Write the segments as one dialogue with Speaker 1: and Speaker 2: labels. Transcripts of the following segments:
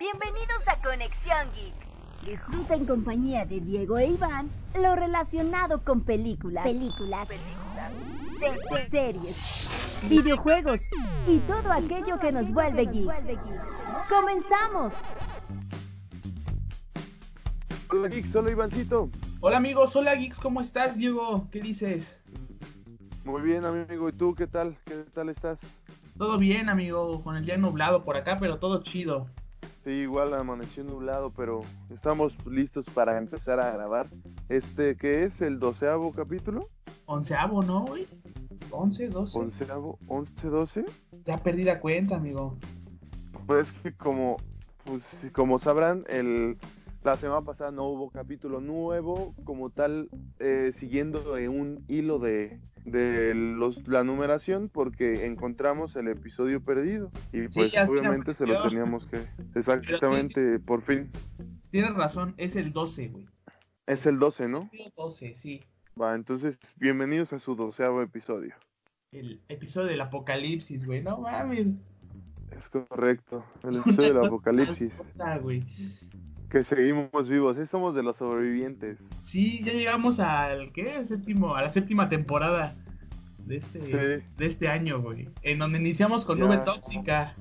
Speaker 1: Bienvenidos a Conexión Geek. Disfruta en compañía de Diego e Iván lo relacionado con películas,
Speaker 2: Películas.
Speaker 1: películas, se- series, videojuegos y todo aquello que nos vuelve geeks. ¡Comenzamos!
Speaker 3: Hola Geek, solo Ivancito.
Speaker 4: Hola amigos, hola geeks, ¿cómo estás Diego? ¿Qué dices?
Speaker 3: Muy bien amigo, ¿y tú qué tal? ¿Qué tal estás?
Speaker 4: Todo bien amigo, con el día nublado por acá, pero todo chido.
Speaker 3: Sí, igual amaneció nublado, pero estamos listos para empezar a grabar. Este, ¿qué es? ¿El doceavo capítulo?
Speaker 4: Onceavo, ¿no? güey? Once, doce.
Speaker 3: ¿Onceavo? ¿Once, doce?
Speaker 4: Ya perdí la cuenta amigo.
Speaker 3: Pues que como, pues, sí, como sabrán, el, la semana pasada no hubo capítulo nuevo, como tal, eh, siguiendo eh, un hilo de, de los, la numeración, porque encontramos el episodio perdido. Y pues
Speaker 4: ya
Speaker 3: obviamente se lo
Speaker 4: apareció.
Speaker 3: teníamos que... Exactamente, por fin.
Speaker 4: Tienes razón, es el doce, güey.
Speaker 3: Es el 12, ¿no?
Speaker 4: El doce, sí.
Speaker 3: Va, entonces, bienvenidos a su doceavo episodio.
Speaker 4: El episodio del apocalipsis, güey. No mames.
Speaker 3: Es correcto, el episodio del
Speaker 4: Una cosa
Speaker 3: apocalipsis.
Speaker 4: absurda, güey.
Speaker 3: Que seguimos vivos, sí, somos de los sobrevivientes.
Speaker 4: Sí, ya llegamos al ¿qué? Al Séptimo, a la séptima temporada de este,
Speaker 3: Sí.
Speaker 4: de este año, güey. En donde iniciamos con
Speaker 3: Ya.
Speaker 4: nube tóxica.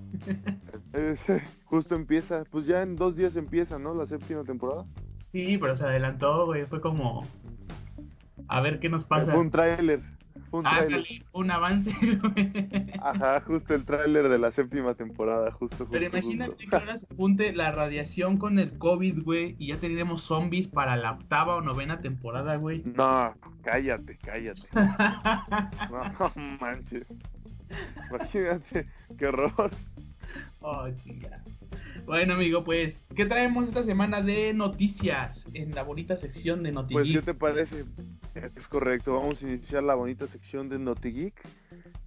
Speaker 3: Eh, justo empieza, pues ya en dos días empieza, ¿no? La séptima temporada.
Speaker 4: Sí, pero se adelantó, güey. Fue como. A ver qué nos pasa.
Speaker 3: Fue un tráiler, fue un tráiler.
Speaker 4: Ándale, un avance, güey.
Speaker 3: Ajá, justo el tráiler de la séptima temporada, justo, justo.
Speaker 4: Pero imagínate
Speaker 3: justo.
Speaker 4: que ahora se junte la radiación con el COVID, güey. Y ya tendremos zombies para la octava o novena temporada, güey.
Speaker 3: No, cállate, cállate. No manches. Imagínate, qué horror.
Speaker 4: Oh, chinga. Bueno, amigo, pues, ¿qué traemos esta semana de noticias? En la bonita sección de
Speaker 3: Pues, ¿qué
Speaker 4: Noticias.
Speaker 3: te parece? Es correcto, vamos a iniciar la bonita sección de NotiGeek,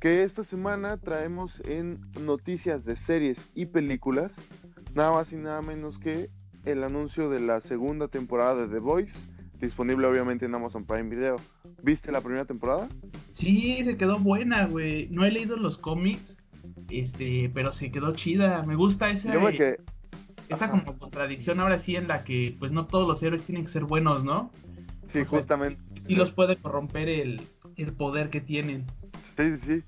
Speaker 3: que esta semana traemos en noticias de series y películas, nada más y nada menos que el anuncio de la segunda temporada de The Voice, disponible obviamente en Amazon Prime Video. ¿Viste la primera temporada?
Speaker 4: Sí, se quedó buena, güey. No he leído los cómics, este, pero se quedó chida. Me gusta esa,
Speaker 3: Yo me
Speaker 4: eh,
Speaker 3: quedé,
Speaker 4: esa
Speaker 3: ajá.
Speaker 4: como contradicción ahora sí en la que, pues, no todos los héroes tienen que ser buenos, ¿no?
Speaker 3: sí,
Speaker 4: O sea,
Speaker 3: justamente.
Speaker 4: Sí, sí los puede corromper el, el poder que tienen.
Speaker 3: Sí, sí.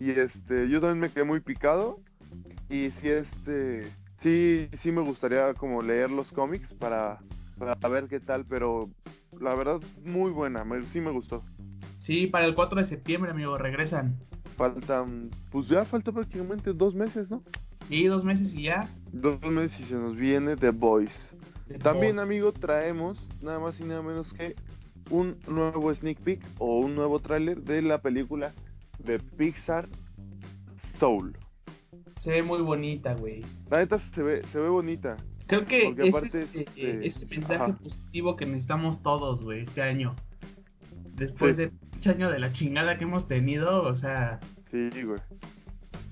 Speaker 3: Y este, yo también me quedé muy picado. Y sí, este, sí, sí me gustaría como leer los cómics para, para ver qué tal, pero la verdad, muy buena, me- sí me gustó.
Speaker 4: Sí, para el 4 de septiembre, amigo, regresan.
Speaker 3: Faltan, pues ya falta prácticamente dos meses, ¿no?
Speaker 4: Sí, dos meses y ya.
Speaker 3: Dos meses y se nos viene The Voice. También, amigo, traemos nada más y nada menos que un nuevo sneak peek o un nuevo tráiler de la película de Pixar Soul.
Speaker 4: Se ve muy bonita, güey.
Speaker 3: La neta se ve, se ve bonita.
Speaker 4: Creo que
Speaker 3: Porque
Speaker 4: ese
Speaker 3: aparte,
Speaker 4: es este,
Speaker 3: este,
Speaker 4: ese mensaje
Speaker 3: ajá.
Speaker 4: positivo que necesitamos todos, güey, este año. Después
Speaker 3: Sí.
Speaker 4: de pinche año de la chingada que hemos tenido, o sea,
Speaker 3: Sí, güey.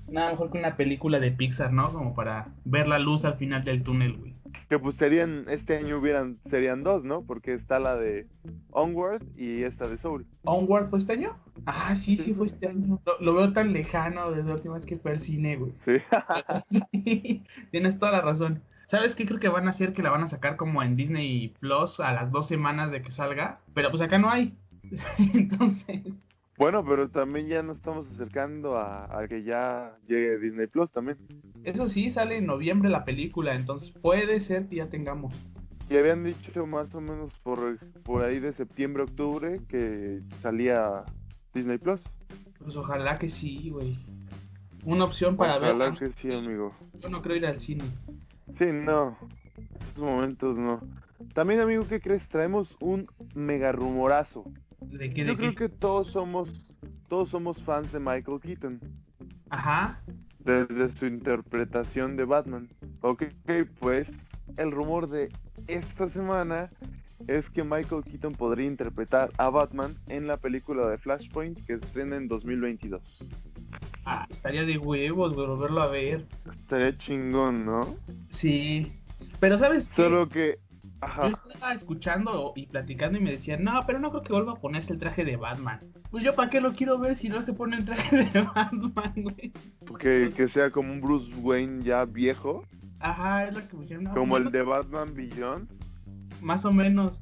Speaker 4: nada mejor que una película de Pixar, ¿no? Como para ver la luz al final del túnel, güey.
Speaker 3: Que pues serían, este año hubieran, serían dos, ¿no? Porque está la de Onward y esta de Soul.
Speaker 4: ¿Onward fue este año? Ah, sí, sí fue este año. Lo, lo veo tan lejano desde la última vez que fue al cine, güey.
Speaker 3: Sí.
Speaker 4: Sí, tienes toda la razón. ¿Sabes qué creo que van a hacer? Que la van a sacar como en Disney Plus a las dos semanas de que salga. Pero pues acá no hay. Entonces,
Speaker 3: bueno, pero también ya nos estamos acercando a, a que ya llegue Disney Plus también.
Speaker 4: eso sí, sale en noviembre la película. Entonces puede ser que ya tengamos.
Speaker 3: Y habían dicho más o menos por, por ahí de septiembre, octubre que salía Disney Plus.
Speaker 4: Pues ojalá que sí, güey. Una opción para
Speaker 3: Ojalá
Speaker 4: ver. Ah,
Speaker 3: que sí, amigo.
Speaker 4: Yo no creo ir al cine.
Speaker 3: Sí, no. En estos momentos no. También, amigo, ¿qué crees? Traemos un mega rumorazo.
Speaker 4: ¿De qué?
Speaker 3: Yo
Speaker 4: ¿De
Speaker 3: creo que
Speaker 4: qué?
Speaker 3: todos somos, todos somos fans de Michael Keaton.
Speaker 4: Ajá.
Speaker 3: desde su interpretación de Batman. Ok, pues el rumor de esta semana es que Michael Keaton podría interpretar a Batman en la película de Flashpoint que estrena en 2022.
Speaker 4: Ah, estaría de huevos, güey, volverlo a ver.
Speaker 3: Estaría chingón, ¿no?
Speaker 4: Sí. Pero ¿sabes qué?
Speaker 3: Solo que... Ajá.
Speaker 4: Yo estaba escuchando y platicando y me decían, no, pero no creo que vuelva a ponerse el traje de Batman. Pues yo para qué lo quiero ver si no se pone el traje de Batman, güey.
Speaker 3: Que, que sea como un Bruce Wayne ya viejo.
Speaker 4: Ajá, es lo que pusieron. No,
Speaker 3: Como
Speaker 4: yo
Speaker 3: el
Speaker 4: no-
Speaker 3: de Batman Beyond.
Speaker 4: Más o menos.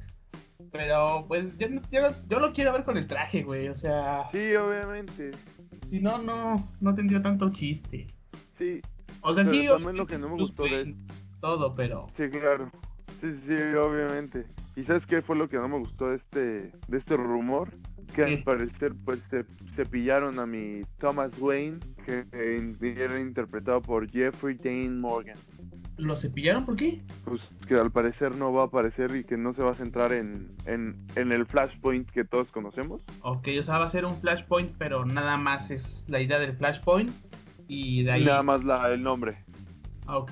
Speaker 4: Pero pues yo, no- yo, yo lo quiero ver con el traje, güey. O sea,
Speaker 3: Sí, obviamente.
Speaker 4: si no, no, no tendría tanto chiste.
Speaker 3: Sí,
Speaker 4: O sea,
Speaker 3: Pero también
Speaker 4: sí.
Speaker 3: lo
Speaker 4: obviamente
Speaker 3: que no me
Speaker 4: Bruce
Speaker 3: gustó de
Speaker 4: Wayne, Todo, pero.
Speaker 3: sí, claro. Sí, sí, sí, obviamente. ¿Y sabes qué fue lo que no me gustó de este, de este rumor? Que
Speaker 4: ¿Qué?
Speaker 3: al parecer pues se, se pillaron a mi Thomas Wayne, que eh, era interpretado por Jeffrey Dane Morgan.
Speaker 4: ¿Lo cepillaron por qué?
Speaker 3: Pues que al parecer no va a aparecer y que no se va a centrar en, en, en el Flashpoint que todos conocemos.
Speaker 4: Ok, o sea, va a ser un flashpoint, pero nada más es la idea del flashpoint. Y de ahí.
Speaker 3: Y nada más la, el nombre.
Speaker 4: Ah, Ok.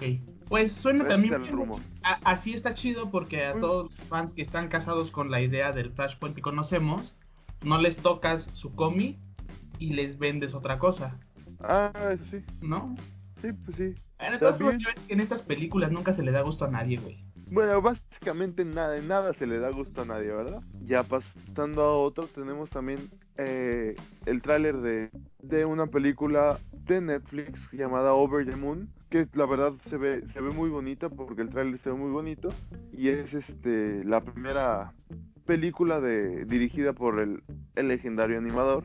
Speaker 4: Pues suena
Speaker 3: Ese
Speaker 4: también.
Speaker 3: es el
Speaker 4: bien.
Speaker 3: rumor.
Speaker 4: A- así está chido porque a
Speaker 3: Pues-
Speaker 4: todos los fans que están casados con la idea del flashpoint que conocemos, no les tocas su cómic y les vendes otra cosa,
Speaker 3: Ah, eso sí.
Speaker 4: ¿no?
Speaker 3: Sí, pues sí.
Speaker 4: Bueno, de todos
Speaker 3: También-
Speaker 4: modos, ya ves que en estas películas nunca se le da gusto a nadie, güey.
Speaker 3: Bueno, básicamente nada, en nada se le da gusto a nadie, ¿verdad? Ya pasando a otro, tenemos también eh, el tráiler de, de una película de Netflix llamada Over the Moon, que la verdad se ve, se ve muy bonita porque el tráiler se ve muy bonito y es este la primera película de, dirigida por el, el legendario animador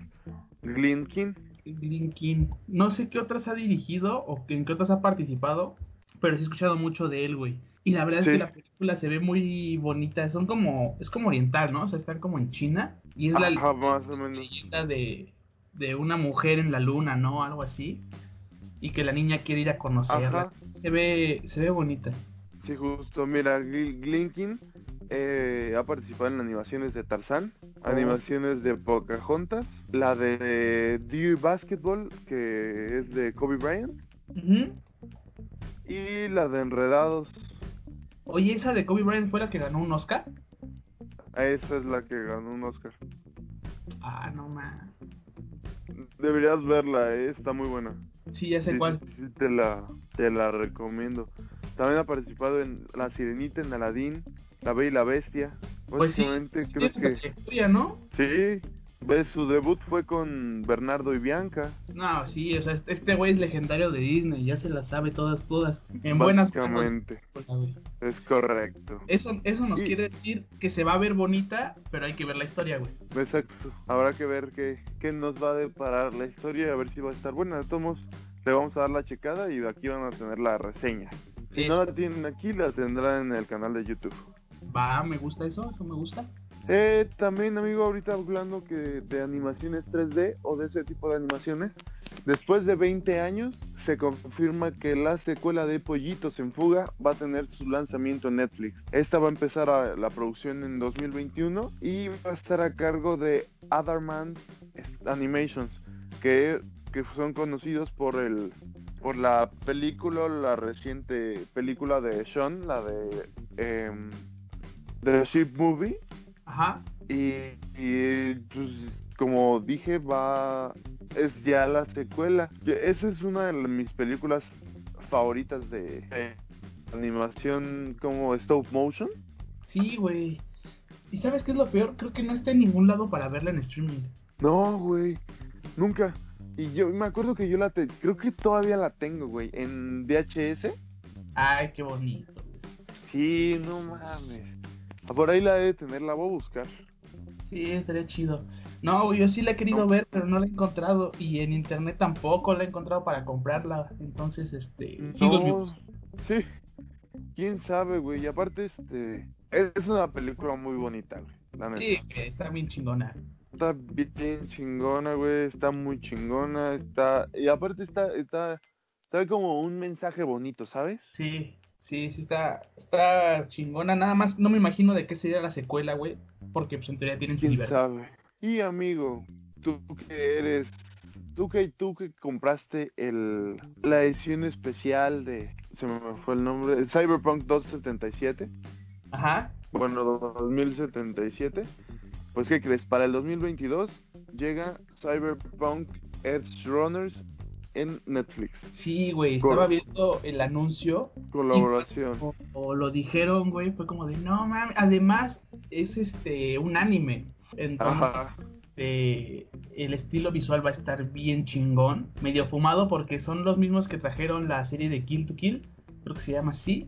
Speaker 3: Glenn King.
Speaker 4: Linkin, no sé qué otras ha dirigido o que- en qué otras ha participado, pero sí he escuchado mucho de él, güey. Y la verdad
Speaker 3: Sí.
Speaker 4: es que la película se ve muy bonita, son como, es como oriental, ¿no? O sea, están como en China y es la
Speaker 3: Ajá, más o menos.
Speaker 4: leyenda de, de una mujer en la luna, ¿no? Algo así. Y que la niña quiere ir a conocerla.
Speaker 3: Ajá.
Speaker 4: Se ve, se ve bonita.
Speaker 3: Sí, justo, mira, Gl- Glinkin eh, ha participado en animaciones de Tarzán,
Speaker 4: Ah.
Speaker 3: animaciones de Pocahontas, la de Dear Basketball, que es de Kobe Bryant,
Speaker 4: Ujú.
Speaker 3: y la de Enredados,
Speaker 4: Oye, esa de Kobe Bryant fue la que ganó un Oscar.
Speaker 3: esa es la que ganó un Oscar.
Speaker 4: Ah, no ma.
Speaker 3: Deberías verla, eh, está muy buena.
Speaker 4: Sí, ya sé
Speaker 3: Sí,
Speaker 4: cuál.
Speaker 3: sí, sí, te, la, te la recomiendo. También ha participado en La Sirenita, en Aladdin, La Bella y la Bestia.
Speaker 4: Pues sí,
Speaker 3: Básicamente
Speaker 4: sí
Speaker 3: creo
Speaker 4: tiene
Speaker 3: que...
Speaker 4: trayectoria, ¿no?
Speaker 3: Sí, ve, su debut fue con Bernardo y Bianca.
Speaker 4: No, sí, o sea, este- este güey es legendario de Disney, ya se la sabe todas, todas. En buenas manos.
Speaker 3: básicamente.
Speaker 4: güey.
Speaker 3: Es correcto.
Speaker 4: Eso, eso nos
Speaker 3: Y-
Speaker 4: quiere decir que se va a ver bonita, pero hay que ver la historia, güey.
Speaker 3: Exacto. Habrá que ver qué, qué nos va a deparar la historia, a ver si va a estar buena. De todos modos, le vamos a dar la checada y aquí van a tener la reseña. Si no
Speaker 4: Eso.
Speaker 3: la tienen aquí, la tendrán en el canal de YouTube.
Speaker 4: Va, me gusta eso, eso me gusta.
Speaker 3: Eh, también, amigo, ahorita hablando que de animaciones 3D o de ese tipo de animaciones, después de 20 años se confirma que la secuela de Pollitos en Fuga va a tener su lanzamiento en Netflix. Esta va a empezar a- la producción en 2021 y va a estar a cargo de Otherman Animations, que, que son conocidos por el por la película, la reciente película de Sean, la de em, The Ship Movie.
Speaker 4: Ajá.
Speaker 3: Y, y, pues, como dije, va. Es ya la secuela. Yo- Esa es una de la- mis películas favoritas de de animación como stop motion.
Speaker 4: Sí, güey. ¿Y sabes qué es lo peor? Creo que no está en ningún lado para verla en streaming.
Speaker 3: No, güey. Nunca. Y yo me acuerdo que yo la te- creo que todavía la tengo, güey, en VHS.
Speaker 4: Ay, qué bonito. güey.
Speaker 3: Sí, no mames. Ah, Por ahí la he de tener, la voy a buscar.
Speaker 4: Sí, estaría chido. No, yo sí la he querido
Speaker 3: No.
Speaker 4: ver, pero no la he encontrado. Y en internet tampoco la he encontrado para comprarla. Entonces, este. Sigo en mi
Speaker 3: No,
Speaker 4: búsqueda.
Speaker 3: sí. ¿Quién sabe, güey? Y aparte, este, es es una película muy bonita, güey. La neta.
Speaker 4: Sí, güey, está bien chingona.
Speaker 3: Está bien chingona, güey. Está muy chingona. Está... Y aparte está, está, está como un mensaje bonito, ¿sabes?
Speaker 4: Sí, sí, sí, está, está chingona. Nada más, no me imagino de qué sería la secuela, güey. Porque pues, en teoría tienen su
Speaker 3: ¿Quién
Speaker 4: libertad.
Speaker 3: sabe? Y amigo, tú que eres... Tú que, tú que compraste el, la edición especial de... Se me fue el nombre. el Cyberpunk 277.
Speaker 4: Ajá.
Speaker 3: Bueno, 2077. Pues, ¿qué crees? Para el 2022 llega Cyberpunk Edge Runners en Netflix.
Speaker 4: Sí, güey,
Speaker 3: Cor-
Speaker 4: estaba viendo el anuncio
Speaker 3: Colaboración.
Speaker 4: o, o lo dijeron, güey, fue como de, no mames, además es este un anime. Entonces,
Speaker 3: Ajá.
Speaker 4: este, el estilo visual va a estar bien chingón, medio fumado porque son los mismos que trajeron la serie de Kill to Kill creo que se llama así,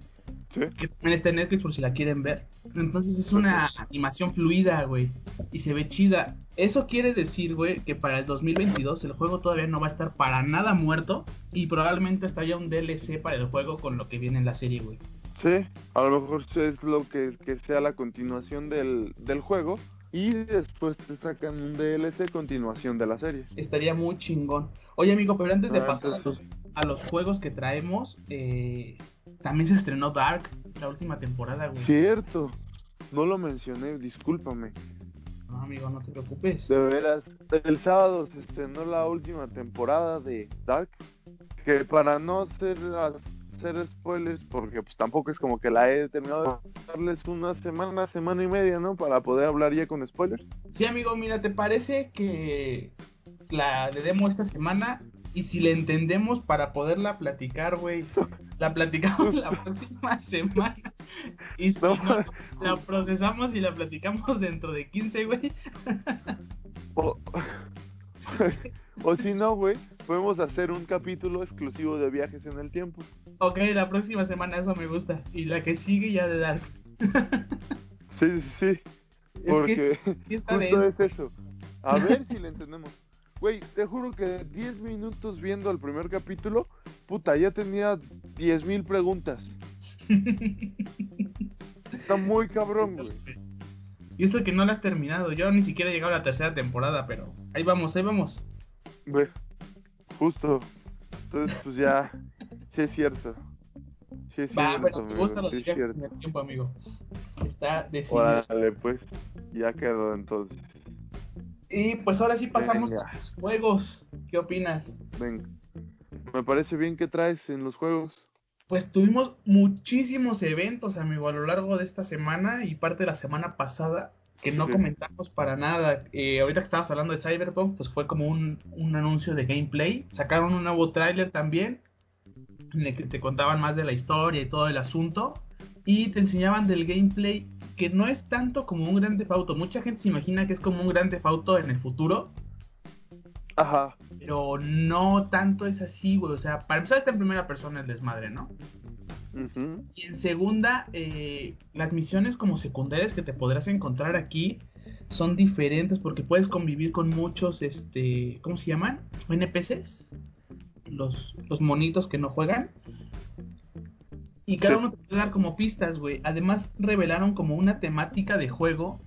Speaker 3: Sí.
Speaker 4: que también está en Netflix por si la quieren ver. Entonces es una animación fluida, güey, y se ve chida. Eso quiere decir, güey, que para el 2022 el juego todavía no va a estar para nada muerto y probablemente hasta haya un DLC para el juego con lo que viene en la serie, güey.
Speaker 3: Sí, a lo mejor es lo que, que sea la continuación del, del juego y después te sacan un DLC continuación de la serie.
Speaker 4: Estaría muy chingón. Oye, amigo, pero antes de
Speaker 3: Ah,
Speaker 4: pasar a los,
Speaker 3: entonces-
Speaker 4: a los juegos que traemos, eh, también se estrenó Dark, la última temporada, güey.
Speaker 3: Cierto, no lo mencioné, discúlpame.
Speaker 4: No, amigo, no te preocupes.
Speaker 3: De veras, el sábado se estrenó la última temporada de Dark, que para no hacer, hacer spoilers, porque pues tampoco es como que la he terminado de darles una semana, semana y media, ¿no? Para poder hablar ya con spoilers.
Speaker 4: Sí, amigo, mira, ¿te parece que la le demos esta semana? Y si le entendemos para poderla platicar, güey, la platicamos la próxima semana. Y si
Speaker 3: No,
Speaker 4: no, la procesamos y la platicamos dentro de 15, güey.
Speaker 3: O, o si no, güey, podemos hacer un capítulo exclusivo de viajes en el tiempo.
Speaker 4: Ok, la próxima semana eso me gusta. Y la que sigue ya de Dark.
Speaker 3: Sí, sí, sí. Porque
Speaker 4: es que sí- sí está
Speaker 3: justo
Speaker 4: denso.
Speaker 3: es eso. A ver si le entendemos. Güey, te juro que 10 minutos viendo el primer capítulo, puta, ya tenía 10.000 preguntas. Está muy cabrón, güey.
Speaker 4: Y eso que no la has terminado. Yo ni siquiera he llegado a la tercera temporada, pero ahí vamos, ahí vamos.
Speaker 3: Güey, justo. Entonces, pues ya, sí es cierto. Sí es
Speaker 4: Va,
Speaker 3: cierto,
Speaker 4: pero te
Speaker 3: amigo,
Speaker 4: gustan los
Speaker 3: sí es
Speaker 4: viajes
Speaker 3: cierto.
Speaker 4: en el tiempo, amigo. Está decidido.
Speaker 3: Órale, pues, ya quedó entonces.
Speaker 4: Y pues ahora sí pasamos
Speaker 3: Venga.
Speaker 4: a los juegos. ¿Qué opinas?
Speaker 3: Venga. Me parece bien que traes en los juegos.
Speaker 4: Pues tuvimos muchísimos eventos, amigo, a lo largo de esta semana y parte de la semana pasada que no
Speaker 3: Sí.
Speaker 4: comentamos para nada. Eh, ahorita que estabas hablando de Cyberpunk, pues fue como un, un anuncio de gameplay. Sacaron un nuevo tráiler también, en el que te contaban más de la historia y todo el asunto. Y te enseñaban del gameplay que no es tanto como un gran Auto. Mucha gente se imagina que es como un gran Auto en el futuro,
Speaker 3: Ajá.
Speaker 4: pero no tanto es así, güey. O sea, para empezar está en primera persona el desmadre, ¿no?
Speaker 3: ujú.
Speaker 4: Y en segunda, eh, las misiones como secundarias que te podrás encontrar aquí son diferentes porque puedes convivir con muchos, este, ¿cómo se llaman? NPCs, los, los monitos que no juegan. Y cada
Speaker 3: Sí.
Speaker 4: uno te puede dar como pistas, güey. Además, revelaron como una temática de juego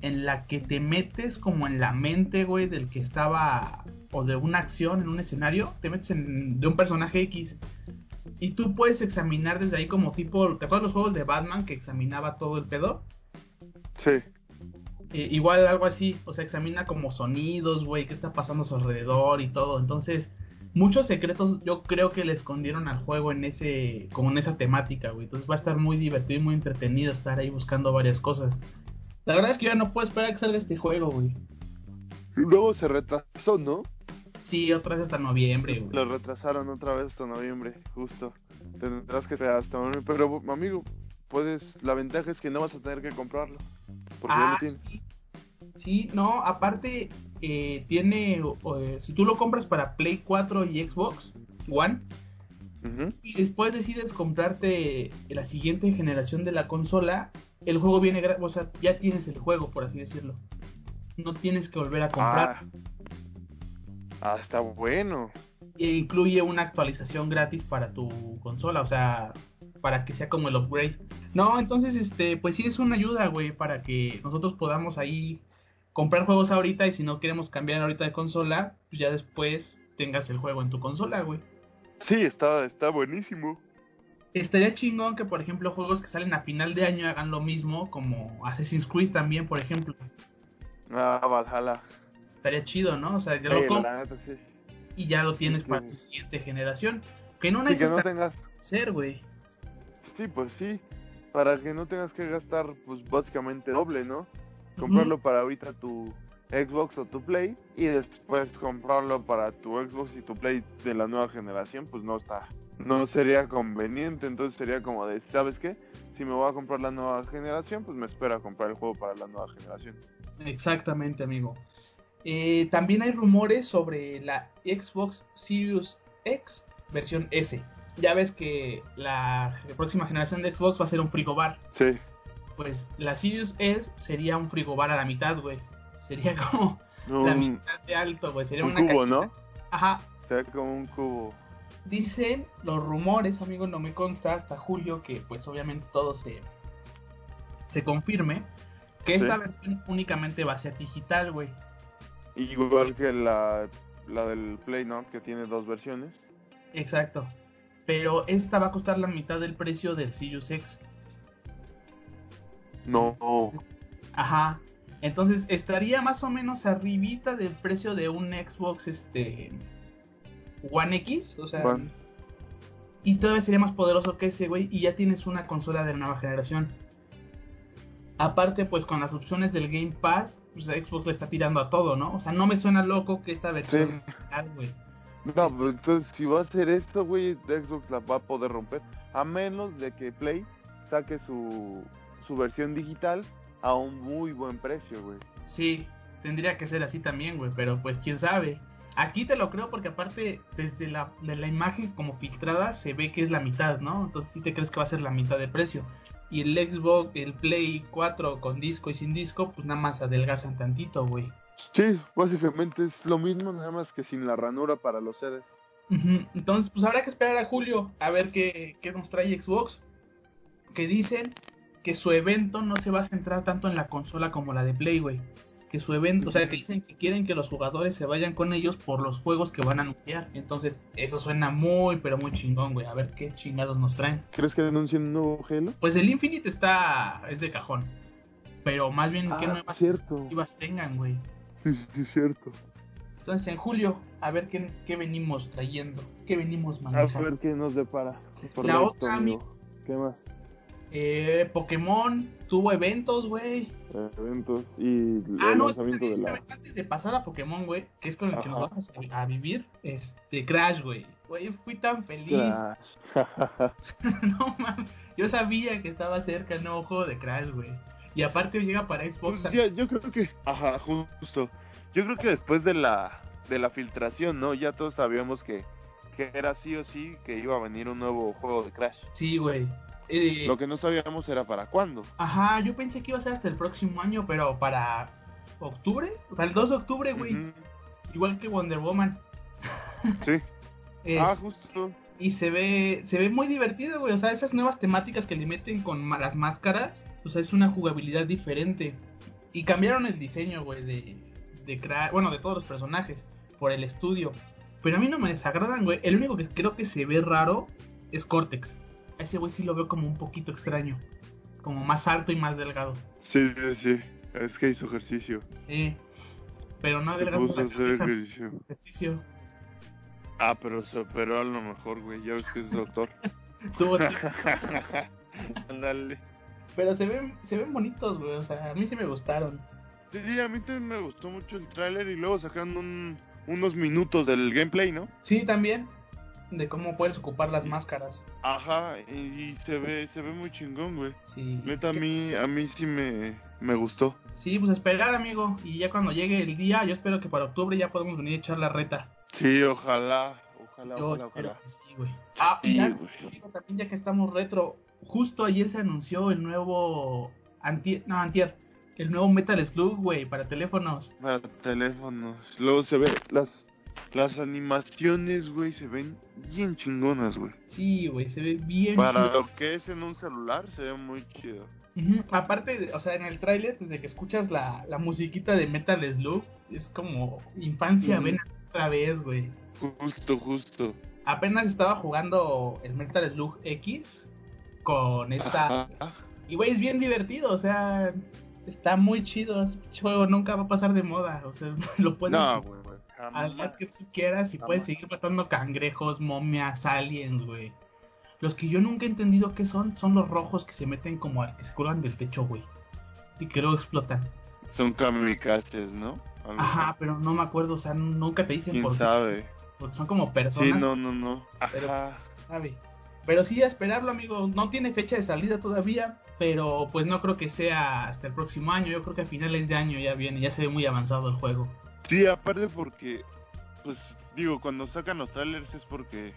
Speaker 4: en la que te metes como en la mente, güey, del que estaba o de una acción en un escenario, te metes en, de un personaje X y tú puedes examinar desde ahí como tipo, ¿te acuerdas los juegos de Batman que examinaba todo el pedo?
Speaker 3: Sí.
Speaker 4: Eh, igual algo así, o sea, examina como sonidos, güey, qué está pasando a su alrededor y todo. Entonces, muchos secretos yo creo que le escondieron al juego en ese con esa temática, güey. Entonces va a estar muy divertido y muy entretenido estar ahí buscando varias cosas. La verdad es que yo no puedo esperar a que salga este juego, güey.
Speaker 3: Luego se retrasó, ¿no?
Speaker 4: Sí, otra vez hasta noviembre, güey.
Speaker 3: Lo retrasaron otra vez hasta noviembre, justo. Tendrás que esperar hasta noviembre. Pero, amigo, puedes. La ventaja es que no vas a tener que comprarlo. Porque ya
Speaker 4: Ah,
Speaker 3: lo tienes.
Speaker 4: sí. Sí, no, aparte eh, tiene, o- o, eh, si tú lo compras para Play 4 y Xbox One,
Speaker 3: Ujú.
Speaker 4: y después decides comprarte la siguiente generación de la consola, el juego viene, gra- o sea, ya tienes el juego, por así decirlo. No tienes que volver a comprar.
Speaker 3: Ah. Ah, está bueno.
Speaker 4: E incluye una actualización gratis para tu consola, o sea, para que sea como el upgrade. No, entonces, este, pues sí es una ayuda, güey, para que nosotros podamos ahí comprar juegos ahorita y si no queremos cambiar ahorita de consola, pues ya después tengas el juego en tu consola, güey.
Speaker 3: Sí, está, está buenísimo.
Speaker 4: Estaría chingón que, por ejemplo, juegos que salen a final de año hagan lo mismo, como Assassin's Creed también, por ejemplo.
Speaker 3: Ah, Valhalla.
Speaker 4: Estaría chido, ¿no? O sea, ya
Speaker 3: Sí,
Speaker 4: lo compras
Speaker 3: la neta, sí.
Speaker 4: y ya lo tienes
Speaker 3: sí,
Speaker 4: para
Speaker 3: sí.
Speaker 4: tu siguiente generación. Que no
Speaker 3: Y que
Speaker 4: necesitas
Speaker 3: no tengas.
Speaker 4: hacer, güey.
Speaker 3: Sí, pues sí. Para que no tengas que gastar, pues básicamente doble, ¿no? Comprarlo para ahorita tu Xbox o tu Play y después comprarlo para tu Xbox y tu Play de la nueva generación, pues no está. No sería conveniente, entonces sería como de, ¿sabes qué? Si me voy a comprar la nueva generación, pues me espera a comprar el juego para la nueva generación.
Speaker 4: Exactamente, amigo. Eh, también hay rumores sobre la Xbox Series X versión S. ya ves que la próxima generación de Xbox va a ser un frigobar.
Speaker 3: Sí.
Speaker 4: Pues la Sirius S sería un frigobar a la mitad, güey. Sería como
Speaker 3: Un,
Speaker 4: la mitad de alto, güey. Sería
Speaker 3: un
Speaker 4: una
Speaker 3: cubo,
Speaker 4: cajita.
Speaker 3: ¿no?
Speaker 4: Ajá.
Speaker 3: Sería como un cubo.
Speaker 4: Dicen los rumores, amigos, no me consta hasta julio que pues obviamente todo se, se confirme. Que
Speaker 3: Sí.
Speaker 4: esta versión únicamente va a ser digital, güey.
Speaker 3: Igual que la, la del Play, ¿no? Que tiene dos versiones.
Speaker 4: Exacto. Pero esta va a costar la mitad del precio del Sirius X.
Speaker 3: No.
Speaker 4: Ajá. Entonces estaría más o menos arribita del precio de un Xbox este One X, o sea,
Speaker 3: Juan.
Speaker 4: y todavía sería más poderoso que ese, güey, y ya tienes una consola de nueva generación. Aparte, pues con las opciones del Game Pass, pues Xbox le está tirando a todo, ¿no? O sea, no me suena loco que esta versión
Speaker 3: Sí.
Speaker 4: sea güey.
Speaker 3: No, pero entonces si va a hacer esto, güey, Xbox la va a poder romper. A menos de que Play saque su, su versión digital a un muy buen precio, güey.
Speaker 4: Sí, tendría que ser así también, güey, pero pues quién sabe. Aquí te lo creo porque aparte desde la, de la imagen como filtrada se ve que es la mitad, ¿no? Entonces sí te crees que va a ser la mitad de precio. Y el Xbox, el Play 4 con disco y sin disco, pues nada más adelgazan tantito, güey.
Speaker 3: Sí, básicamente es lo mismo, nada más que sin la ranura para los CDs.
Speaker 4: Ujú, Entonces, pues habrá que esperar a julio a ver qué, qué nos trae Xbox. Que dicen que su evento no se va a centrar tanto en la consola como la de Play, güey. Que su evento, o sea, que dicen que quieren que los jugadores se vayan con ellos por los juegos que van a anunciar. Entonces, eso suena muy, pero muy chingón, güey. A ver qué chingados nos traen.
Speaker 3: ¿Crees que anuncien un nuevo Halo?
Speaker 4: Pues el Infinite está, es de cajón. Pero más bien, qué
Speaker 3: Ah,
Speaker 4: nuevas
Speaker 3: cierto.
Speaker 4: perspectivas tengan, güey.
Speaker 3: Sí, sí, cierto.
Speaker 4: Entonces, en julio, a ver qué, qué venimos trayendo, qué venimos
Speaker 3: A
Speaker 4: manejando.
Speaker 3: ver qué nos depara.
Speaker 4: La otra,
Speaker 3: amigo. ¿Qué más?
Speaker 4: Eh, Pokémon tuvo eventos, güey.
Speaker 3: Eh, Eventos y el
Speaker 4: Ah, no,
Speaker 3: lanzamiento de
Speaker 4: espera,
Speaker 3: la...
Speaker 4: espera, antes de pasar a Pokémon, güey, que es con el que
Speaker 3: Ajá.
Speaker 4: nos vamos a, a vivir, este Crash, güey. Güey, fui tan feliz.
Speaker 3: Crash.
Speaker 4: no mames. Yo sabía que estaba cerca el nuevo juego de Crash, güey. Y aparte llega para Xbox.
Speaker 3: Pues
Speaker 4: también.
Speaker 3: ya, yo creo que, ajá, justo. Yo creo que después de la, de la filtración, ¿no? Ya todos sabíamos que, que era sí o sí que iba a venir un nuevo juego de Crash.
Speaker 4: Sí, güey. Eh,
Speaker 3: Lo que no sabíamos era para cuándo.
Speaker 4: Ajá, yo pensé que iba a ser hasta el próximo año, pero para octubre, para el 2 de octubre, güey.
Speaker 3: Ujú,
Speaker 4: Igual que Wonder Woman.
Speaker 3: Sí. Ah,
Speaker 4: Este,
Speaker 3: justo.
Speaker 4: y se ve se ve muy divertido, güey. O sea, esas nuevas temáticas que le meten con ma- las máscaras, o sea, es una jugabilidad diferente. Y cambiaron el diseño, güey, de, de Cra- bueno, de todos los personajes por el estudio. Pero a mí no me desagradan, güey. El único que creo que se ve raro es Cortex. A ese güey sí lo veo como un poquito extraño, como más alto y más delgado.
Speaker 3: Sí, sí, sí. Es que hizo ejercicio.
Speaker 4: Eh, pero no delgado la cabeza,
Speaker 3: ejercicio.
Speaker 4: ejercicio.
Speaker 3: Ah, pero se operó a lo mejor, güey. Ya ves que es doctor.
Speaker 4: Tuvo tiempo
Speaker 3: Ándale.
Speaker 4: Pero se ven, se ven bonitos, güey. O sea, a mí sí me gustaron.
Speaker 3: Sí, sí, a mí también me gustó mucho el tráiler y luego sacaron un- unos minutos del gameplay, ¿no?
Speaker 4: Sí, también. De cómo puedes ocupar las máscaras.
Speaker 3: Ajá, y, y se ve se ve muy chingón, güey.
Speaker 4: Sí.
Speaker 3: Neta, a mí, a mí sí me, me gustó.
Speaker 4: Sí, pues esperar, amigo. Y ya cuando llegue el día, yo espero que para octubre ya podamos venir a echar la reta.
Speaker 3: Sí, ojalá, ojalá,
Speaker 4: Yo
Speaker 3: ojalá,
Speaker 4: espero
Speaker 3: ojalá.
Speaker 4: que sí, güey. Ah, y
Speaker 3: Sí,
Speaker 4: ya,
Speaker 3: güey.
Speaker 4: amigo, también ya que estamos retro, justo ayer se anunció el nuevo. Antier, no, Antier. El nuevo Metal Slug, güey, para teléfonos.
Speaker 3: Para teléfonos. Luego se ve las las animaciones, güey, se ven bien chingonas, güey.
Speaker 4: Sí, güey, se ve bien.
Speaker 3: Para
Speaker 4: chido.
Speaker 3: lo que es en un celular, se ve muy chido.
Speaker 4: Ujú, Aparte, de- o sea, en el tráiler, desde que escuchas la, la musiquita de Metal Slug, es como infancia,
Speaker 3: Ujú.
Speaker 4: ven otra vez, güey.
Speaker 3: Justo, justo.
Speaker 4: Apenas estaba jugando el Metal Slug X con esta...
Speaker 3: Ajá.
Speaker 4: Y, güey, es bien divertido, o sea, está muy chido. Ese pinche juego nunca va a pasar de moda, o sea, lo puedes
Speaker 3: No, güey, güey,
Speaker 4: a
Speaker 3: jamás.
Speaker 4: la que tú quieras y
Speaker 3: Jamás.
Speaker 4: puedes seguir matando cangrejos, momias, aliens, güey. Los que yo nunca he entendido qué son, son los rojos que se meten como al que se cuelgan del techo, güey. Y que luego explotan.
Speaker 3: Son kamikazes, ¿no? Algo
Speaker 4: Ajá,
Speaker 3: así.
Speaker 4: pero no me acuerdo, o sea, nunca te dicen
Speaker 3: ¿Quién
Speaker 4: por qué.
Speaker 3: sabe?
Speaker 4: Porque son como
Speaker 3: Sí,
Speaker 4: personas,
Speaker 3: no, no, no.
Speaker 4: Pero-
Speaker 3: Ajá.
Speaker 4: sabe. Pero sí, a esperarlo, amigo. No tiene fecha de salida todavía, pero pues no creo que sea hasta el próximo año. Yo creo que a finales de año ya viene, ya se ve muy avanzado el juego.
Speaker 3: Sí, aparte porque, pues digo, cuando sacan los trailers es porque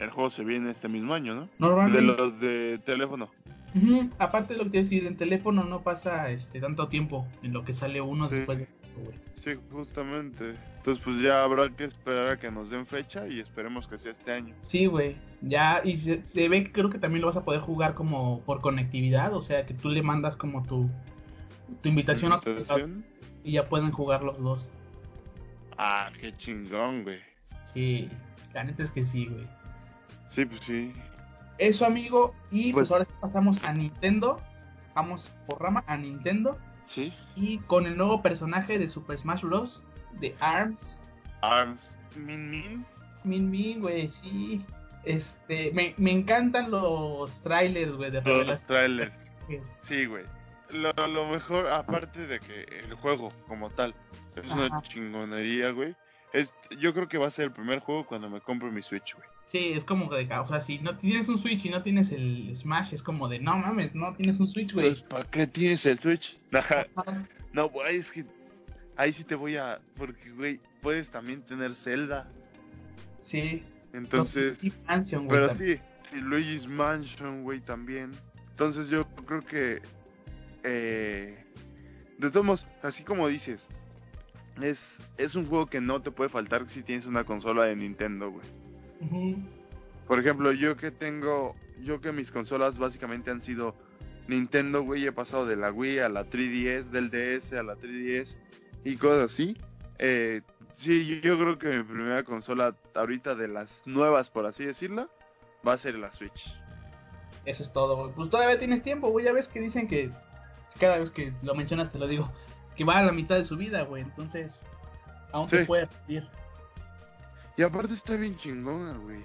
Speaker 3: el juego se viene este mismo año, ¿no?
Speaker 4: Normalmente.
Speaker 3: De los de teléfono.
Speaker 4: Ujú, Aparte de lo que te iba a decir, en teléfono no pasa este tanto tiempo en lo que sale uno
Speaker 3: Sí.
Speaker 4: después de otro, güey.
Speaker 3: Sí, justamente. Entonces, pues ya habrá que esperar a que nos den fecha y esperemos que sea este año.
Speaker 4: Sí, güey. Ya, y se, se ve que creo que también lo vas a poder jugar como por conectividad, o sea, que tú le mandas como tu, tu invitación a tu computadora
Speaker 3: ¿Invitación?
Speaker 4: y ya pueden jugar los dos.
Speaker 3: Ah, qué chingón, güey.
Speaker 4: Sí, la neta es que sí, güey.
Speaker 3: Sí, pues sí.
Speaker 4: Eso, amigo, y pues,
Speaker 3: Pues-
Speaker 4: ahora sí pasamos a Nintendo. Vamos por rama a Nintendo
Speaker 3: Sí.
Speaker 4: y con el nuevo personaje de Super Smash Bros. de ARMS,
Speaker 3: Arms. Min Min.
Speaker 4: Min Min, güey, sí. Este, me, me encantan los trailers, güey, de
Speaker 3: Los
Speaker 4: revelación.
Speaker 3: trailers. Sí, güey. Lo, lo mejor, aparte de que el juego como tal es
Speaker 4: Ajá.
Speaker 3: una chingonería, güey. Es, yo creo que va a ser el primer juego cuando me compre mi Switch, güey.
Speaker 4: Sí, es como de, o sea, si no tienes un Switch y no tienes el Smash, es como de, no mames, no tienes un Switch,
Speaker 3: Entonces,
Speaker 4: güey.
Speaker 3: Pues, ¿para qué tienes el Switch? Ajá.
Speaker 4: Ajá.
Speaker 3: no, güey, es que ahí sí te voy a... Porque, güey, puedes también tener Zelda.
Speaker 4: Sí.
Speaker 3: Entonces...
Speaker 4: Sí, Mansion, güey,
Speaker 3: Pero
Speaker 4: también.
Speaker 3: sí, sí, Luigi's Mansion, güey, también. Entonces yo creo que... eh, de todos modos, así como dices, es, es un juego que no te puede faltar si tienes una consola de Nintendo, güey.
Speaker 4: Ujú.
Speaker 3: Por ejemplo, yo que tengo... Yo que mis consolas básicamente han sido Nintendo, güey, he pasado de la Wii a la 3DS, del DS a la 3DS y cosas así. Eh, sí, yo, yo creo que mi primera consola ahorita de las nuevas, por así decirlo, va a ser la Switch.
Speaker 4: Eso es todo, güey. Pues todavía tienes tiempo, güey. Ya ves que dicen que cada vez que lo mencionas te lo digo, que va a la mitad de su vida, güey. Entonces, aún se
Speaker 3: Sí.
Speaker 4: puede pedir.
Speaker 3: Y aparte está bien chingona, güey.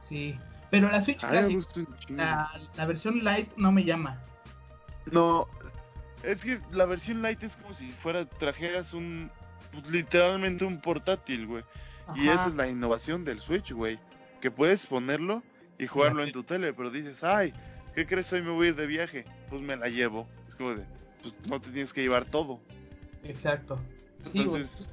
Speaker 4: Sí. Pero la Switch
Speaker 3: A mí me
Speaker 4: Classic,
Speaker 3: gusta un chingo.
Speaker 4: la, la versión Lite no me llama.
Speaker 3: No, es que la versión light es como si fuera, trajeras un, pues, literalmente un portátil, güey. Y
Speaker 4: Ajá.
Speaker 3: esa es la innovación del Switch, güey. Que puedes ponerlo y jugarlo en tu tele, pero dices, ay, ¿qué crees? Hoy me voy a ir de viaje. Pues me la llevo. Es como de, pues no te tienes que llevar todo.
Speaker 4: Exacto. Sí, güey.
Speaker 3: Entonces-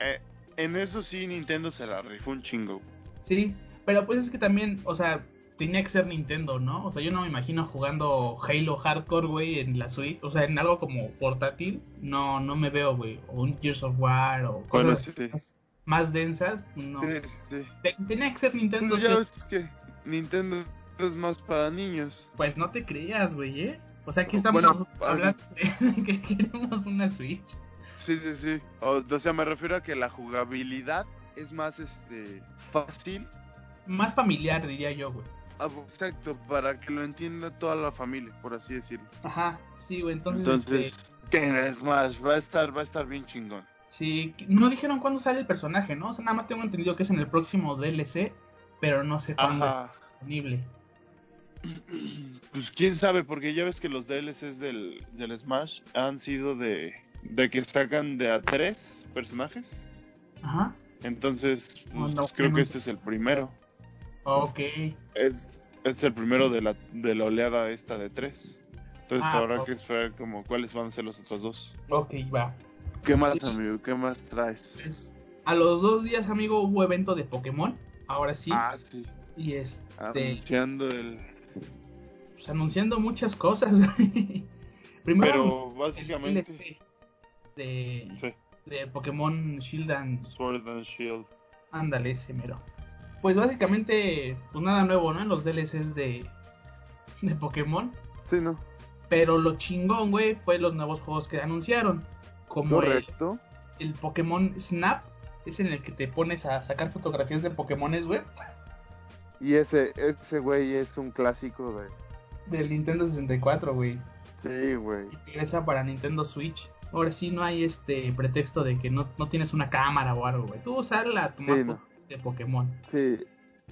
Speaker 3: Eh, en eso sí, Nintendo se la rifó un chingo.
Speaker 4: Sí, pero pues es que también, o sea, tenía que ser Nintendo, ¿no? O sea, yo no me imagino jugando Halo Hardcore, güey, en la Switch, o sea, en algo como portátil, no, no me veo, güey, o un Gears of War o
Speaker 3: Bueno,
Speaker 4: cosas
Speaker 3: sí.
Speaker 4: más, más densas, pues, no.
Speaker 3: Sí, sí.
Speaker 4: Te- Tenía que ser Nintendo,
Speaker 3: Pues ya
Speaker 4: sí,
Speaker 3: ves que Nintendo es más para niños.
Speaker 4: pues no te creas, güey, ¿eh? O sea, aquí estamos
Speaker 3: Bueno, ah,
Speaker 4: hablando de que queremos una Switch.
Speaker 3: Sí, sí, sí. O, o sea, me refiero a que la jugabilidad es más este fácil.
Speaker 4: Más familiar, diría yo, güey.
Speaker 3: Ah, Exacto, para que lo entienda toda la familia, por así decirlo.
Speaker 4: Ajá, sí, güey, entonces...
Speaker 3: Entonces,
Speaker 4: este,
Speaker 3: ¿qué es más? Va a estar, va a estar bien chingón.
Speaker 4: Sí, no dijeron cuándo sale el personaje, ¿no? O sea, nada más tengo entendido que es en el próximo DLC, pero no sé cuándo
Speaker 3: Ajá.
Speaker 4: es disponible.
Speaker 3: Pues quién sabe, porque ya ves que los DLCs del, del Smash han sido de, de que sacan de a tres personajes.
Speaker 4: Ajá.
Speaker 3: Entonces,
Speaker 4: No,
Speaker 3: pues,
Speaker 4: Ah, no,
Speaker 3: creo
Speaker 4: no.
Speaker 3: que este es el primero.
Speaker 4: Ok.
Speaker 3: Es, es el primero de la, de la oleada esta de tres. Entonces
Speaker 4: Ah,
Speaker 3: habrá
Speaker 4: ok.
Speaker 3: que esperar como cuáles van a ser los otros dos.
Speaker 4: Ok, va.
Speaker 3: ¿Qué más, amigo? ¿Qué más traes?
Speaker 4: Pues, a los dos días, amigo, hubo evento de Pokémon. Ahora sí.
Speaker 3: Ah, sí.
Speaker 4: Y este.
Speaker 3: Anunciando el...
Speaker 4: pues, anunciando muchas cosas. Primero
Speaker 3: Pero
Speaker 4: anunciaron el
Speaker 3: básicamente...
Speaker 4: DLC de,
Speaker 3: Sí,
Speaker 4: de Pokémon Shield and
Speaker 3: Sword and Shield.
Speaker 4: Ándale, ese mero. Pues básicamente, pues nada nuevo, ¿no? En los DLCs de, de Pokémon.
Speaker 5: Sí, ¿no?
Speaker 4: Pero lo chingón, güey, fue los nuevos juegos que anunciaron. Como el,
Speaker 5: Correcto.
Speaker 4: el Pokémon Snap, es en el que te pones a sacar fotografías de Pokémones, güey,
Speaker 5: Y ese, ese güey es un clásico de...
Speaker 4: del Nintendo 64, güey.
Speaker 5: Sí, güey.
Speaker 4: Y regresa para Nintendo Switch. Ahora sí no hay este pretexto de que no, no tienes una cámara o algo, güey. Tú usar la tomar
Speaker 5: Sí, no.
Speaker 4: fotos de Pokémon.
Speaker 5: Sí.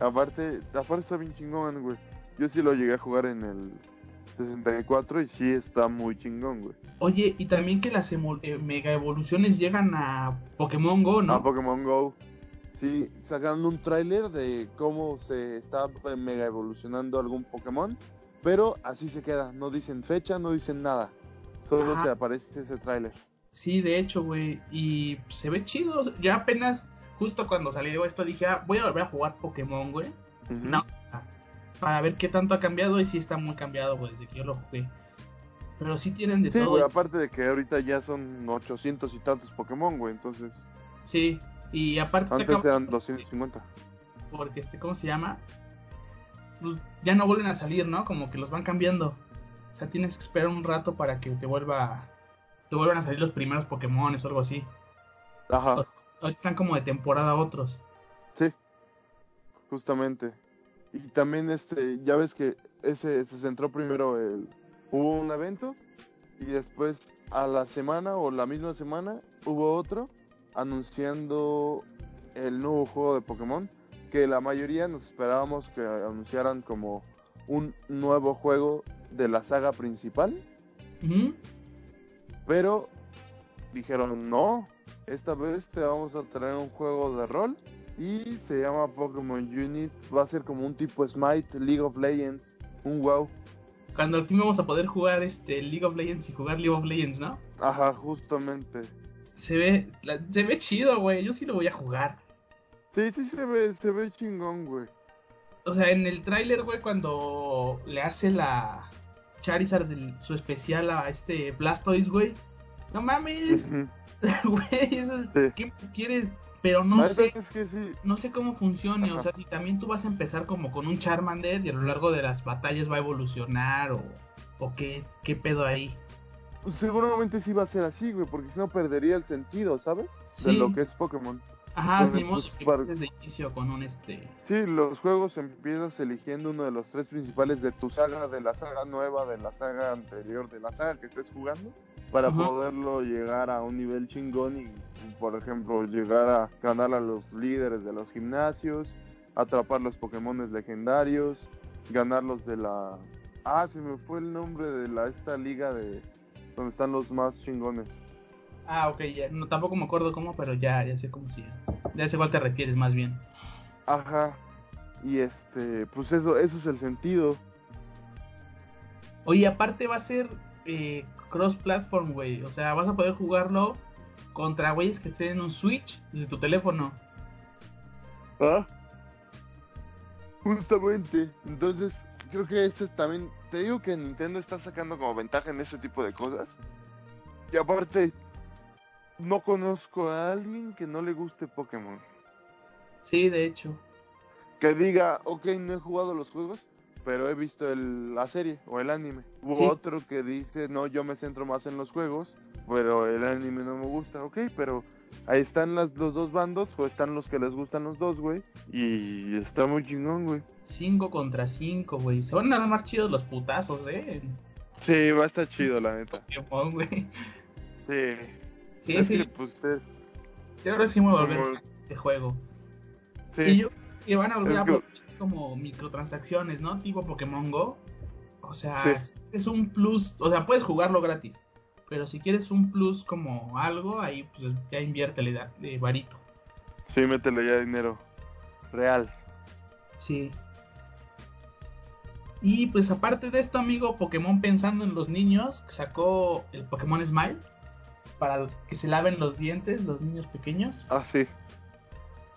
Speaker 5: Aparte, aparte está bien chingón, güey. Yo sí lo llegué a jugar en el 64 y sí está muy chingón, güey.
Speaker 4: Oye, y también que las emo- eh, mega evoluciones llegan a Pokémon Go, ¿no?
Speaker 5: A Pokémon Go. Sí, sacando un tráiler de cómo se está eh, mega evolucionando algún Pokémon, pero así se queda, no dicen fecha, no dicen nada. Solo
Speaker 4: Ajá.
Speaker 5: se aparece ese tráiler.
Speaker 4: Sí, de hecho, güey. Y se ve chido. Yo apenas, justo cuando salió esto, dije, ah, voy a volver a jugar Pokémon, güey.
Speaker 3: Ujú.
Speaker 4: No. Para ver qué tanto ha cambiado y sí está muy cambiado, güey, desde que yo lo jugué. Pero sí tienen de
Speaker 3: Sí,
Speaker 4: todo.
Speaker 3: güey,
Speaker 4: y-
Speaker 3: aparte de que ahorita ya son 800 y tantos Pokémon, güey, entonces
Speaker 4: Sí, y aparte está
Speaker 3: antes
Speaker 4: cabrón,
Speaker 3: eran 250.
Speaker 4: porque este, ¿cómo se llama? Pues ya no vuelven a salir, ¿no? Como que los van cambiando. O sea, tienes que esperar un rato para que te vuelva te vuelvan a salir los primeros Pokémon o algo así.
Speaker 3: Ajá,
Speaker 4: Los- Ahorita están como de temporada a otros.
Speaker 3: sí, justamente. Y también este, ya ves que ese se centró primero el... Hubo un evento y después a la semana o la misma semana hubo otro anunciando el nuevo juego de Pokémon que la mayoría nos esperábamos que anunciaran como un nuevo juego de la saga principal.
Speaker 4: Ujú.
Speaker 3: Pero dijeron, no, esta vez te vamos a traer un juego de rol y se llama Pokémon Unit. Va a ser como un tipo Smite, League of Legends, un wow.
Speaker 4: Cuando al fin vamos a poder jugar este League of Legends y jugar League of Legends, ¿no?
Speaker 3: Ajá, justamente.
Speaker 4: Se ve, la- se ve chido, güey. Yo sí lo voy a jugar.
Speaker 3: Sí, sí se ve, se ve chingón, güey.
Speaker 4: O sea, en el tráiler, güey, cuando le hace la Charizard del- su especial a este Blastoise, güey. No mames,
Speaker 3: Ujú.
Speaker 4: güey, eso es,
Speaker 3: Sí.
Speaker 4: ¿qué quieres? Pero no
Speaker 3: La neta
Speaker 4: sé,
Speaker 3: es que sí.
Speaker 4: no sé cómo funcione. O
Speaker 3: Ajá.
Speaker 4: sea, si también tú vas a empezar como con un Charmander y a lo largo de las batallas va a evolucionar o, o qué, qué pedo ahí.
Speaker 3: Seguramente sí va a ser así, güey, porque si no perdería el sentido, ¿sabes? De
Speaker 4: Sí.
Speaker 3: lo que es Pokémon.
Speaker 4: Ajá,
Speaker 3: Porque,
Speaker 4: ni modo
Speaker 3: pues,
Speaker 4: que
Speaker 3: para-
Speaker 4: desde inicio con un este.
Speaker 3: Sí, los juegos empiezas eligiendo uno de los tres principales de tu saga, de la saga nueva, de la saga anterior, de la saga que estés jugando, para
Speaker 4: Ajá.
Speaker 3: poderlo llegar a un nivel chingón y, por ejemplo, llegar a ganar a los líderes de los gimnasios, atrapar los Pokémones legendarios, ganar los de la... Ah, se me fue el nombre de la esta liga de donde están los más chingones.
Speaker 4: Ah, ok, ya, no, tampoco me acuerdo cómo, pero ya, ya sé cómo se llama. Ya sé cuál te refieres más bien.
Speaker 3: Ajá. Y este, pues eso, eso es el sentido.
Speaker 4: Oye, aparte va a ser eh, cross-platform, güey. O sea, vas a poder jugarlo contra güeyes que tienen un Switch desde tu teléfono.
Speaker 3: ¿Ah? Justamente. Entonces, creo que esto es también. Te digo que Nintendo está sacando como ventaja en ese tipo de cosas. Y aparte, no conozco a alguien que no le guste Pokémon.
Speaker 4: Sí, de hecho.
Speaker 3: Que diga, ok, no he jugado los juegos, pero he visto el- la serie o el anime. U
Speaker 4: Sí.
Speaker 3: otro que dice, no, yo me centro más en los juegos, pero el anime no me gusta. Ok, pero ahí están las, los dos bandos, o están los que les gustan los dos, güey. Y está muy chingón, güey.
Speaker 4: 5 contra 5, güey. Se van a armar chidos los putazos, eh. en
Speaker 2: Sí, va a estar chido, la neta.
Speaker 4: Pokémon, güey.
Speaker 3: Sí.
Speaker 4: Sí,
Speaker 3: Es que,
Speaker 4: sí.
Speaker 3: pues, es-
Speaker 4: Yo creo que sí me voy a volver
Speaker 3: Como-
Speaker 4: fan de este juego.
Speaker 3: sí.
Speaker 4: Y yo y van a volver
Speaker 3: Es
Speaker 4: a
Speaker 3: que-
Speaker 4: aprovechar como microtransacciones, ¿no? Tipo Pokémon Go. O sea,
Speaker 3: Sí.
Speaker 4: es un plus. O sea, puedes jugarlo gratis. Pero si quieres un plus como algo, ahí pues ya inviértele da- de varito.
Speaker 3: Sí, métele ya dinero. Real.
Speaker 4: Sí. Y pues aparte de esto, amigo, Pokémon pensando en los niños, sacó el Pokémon Smile para que se laven los dientes los niños pequeños.
Speaker 3: Ah, sí.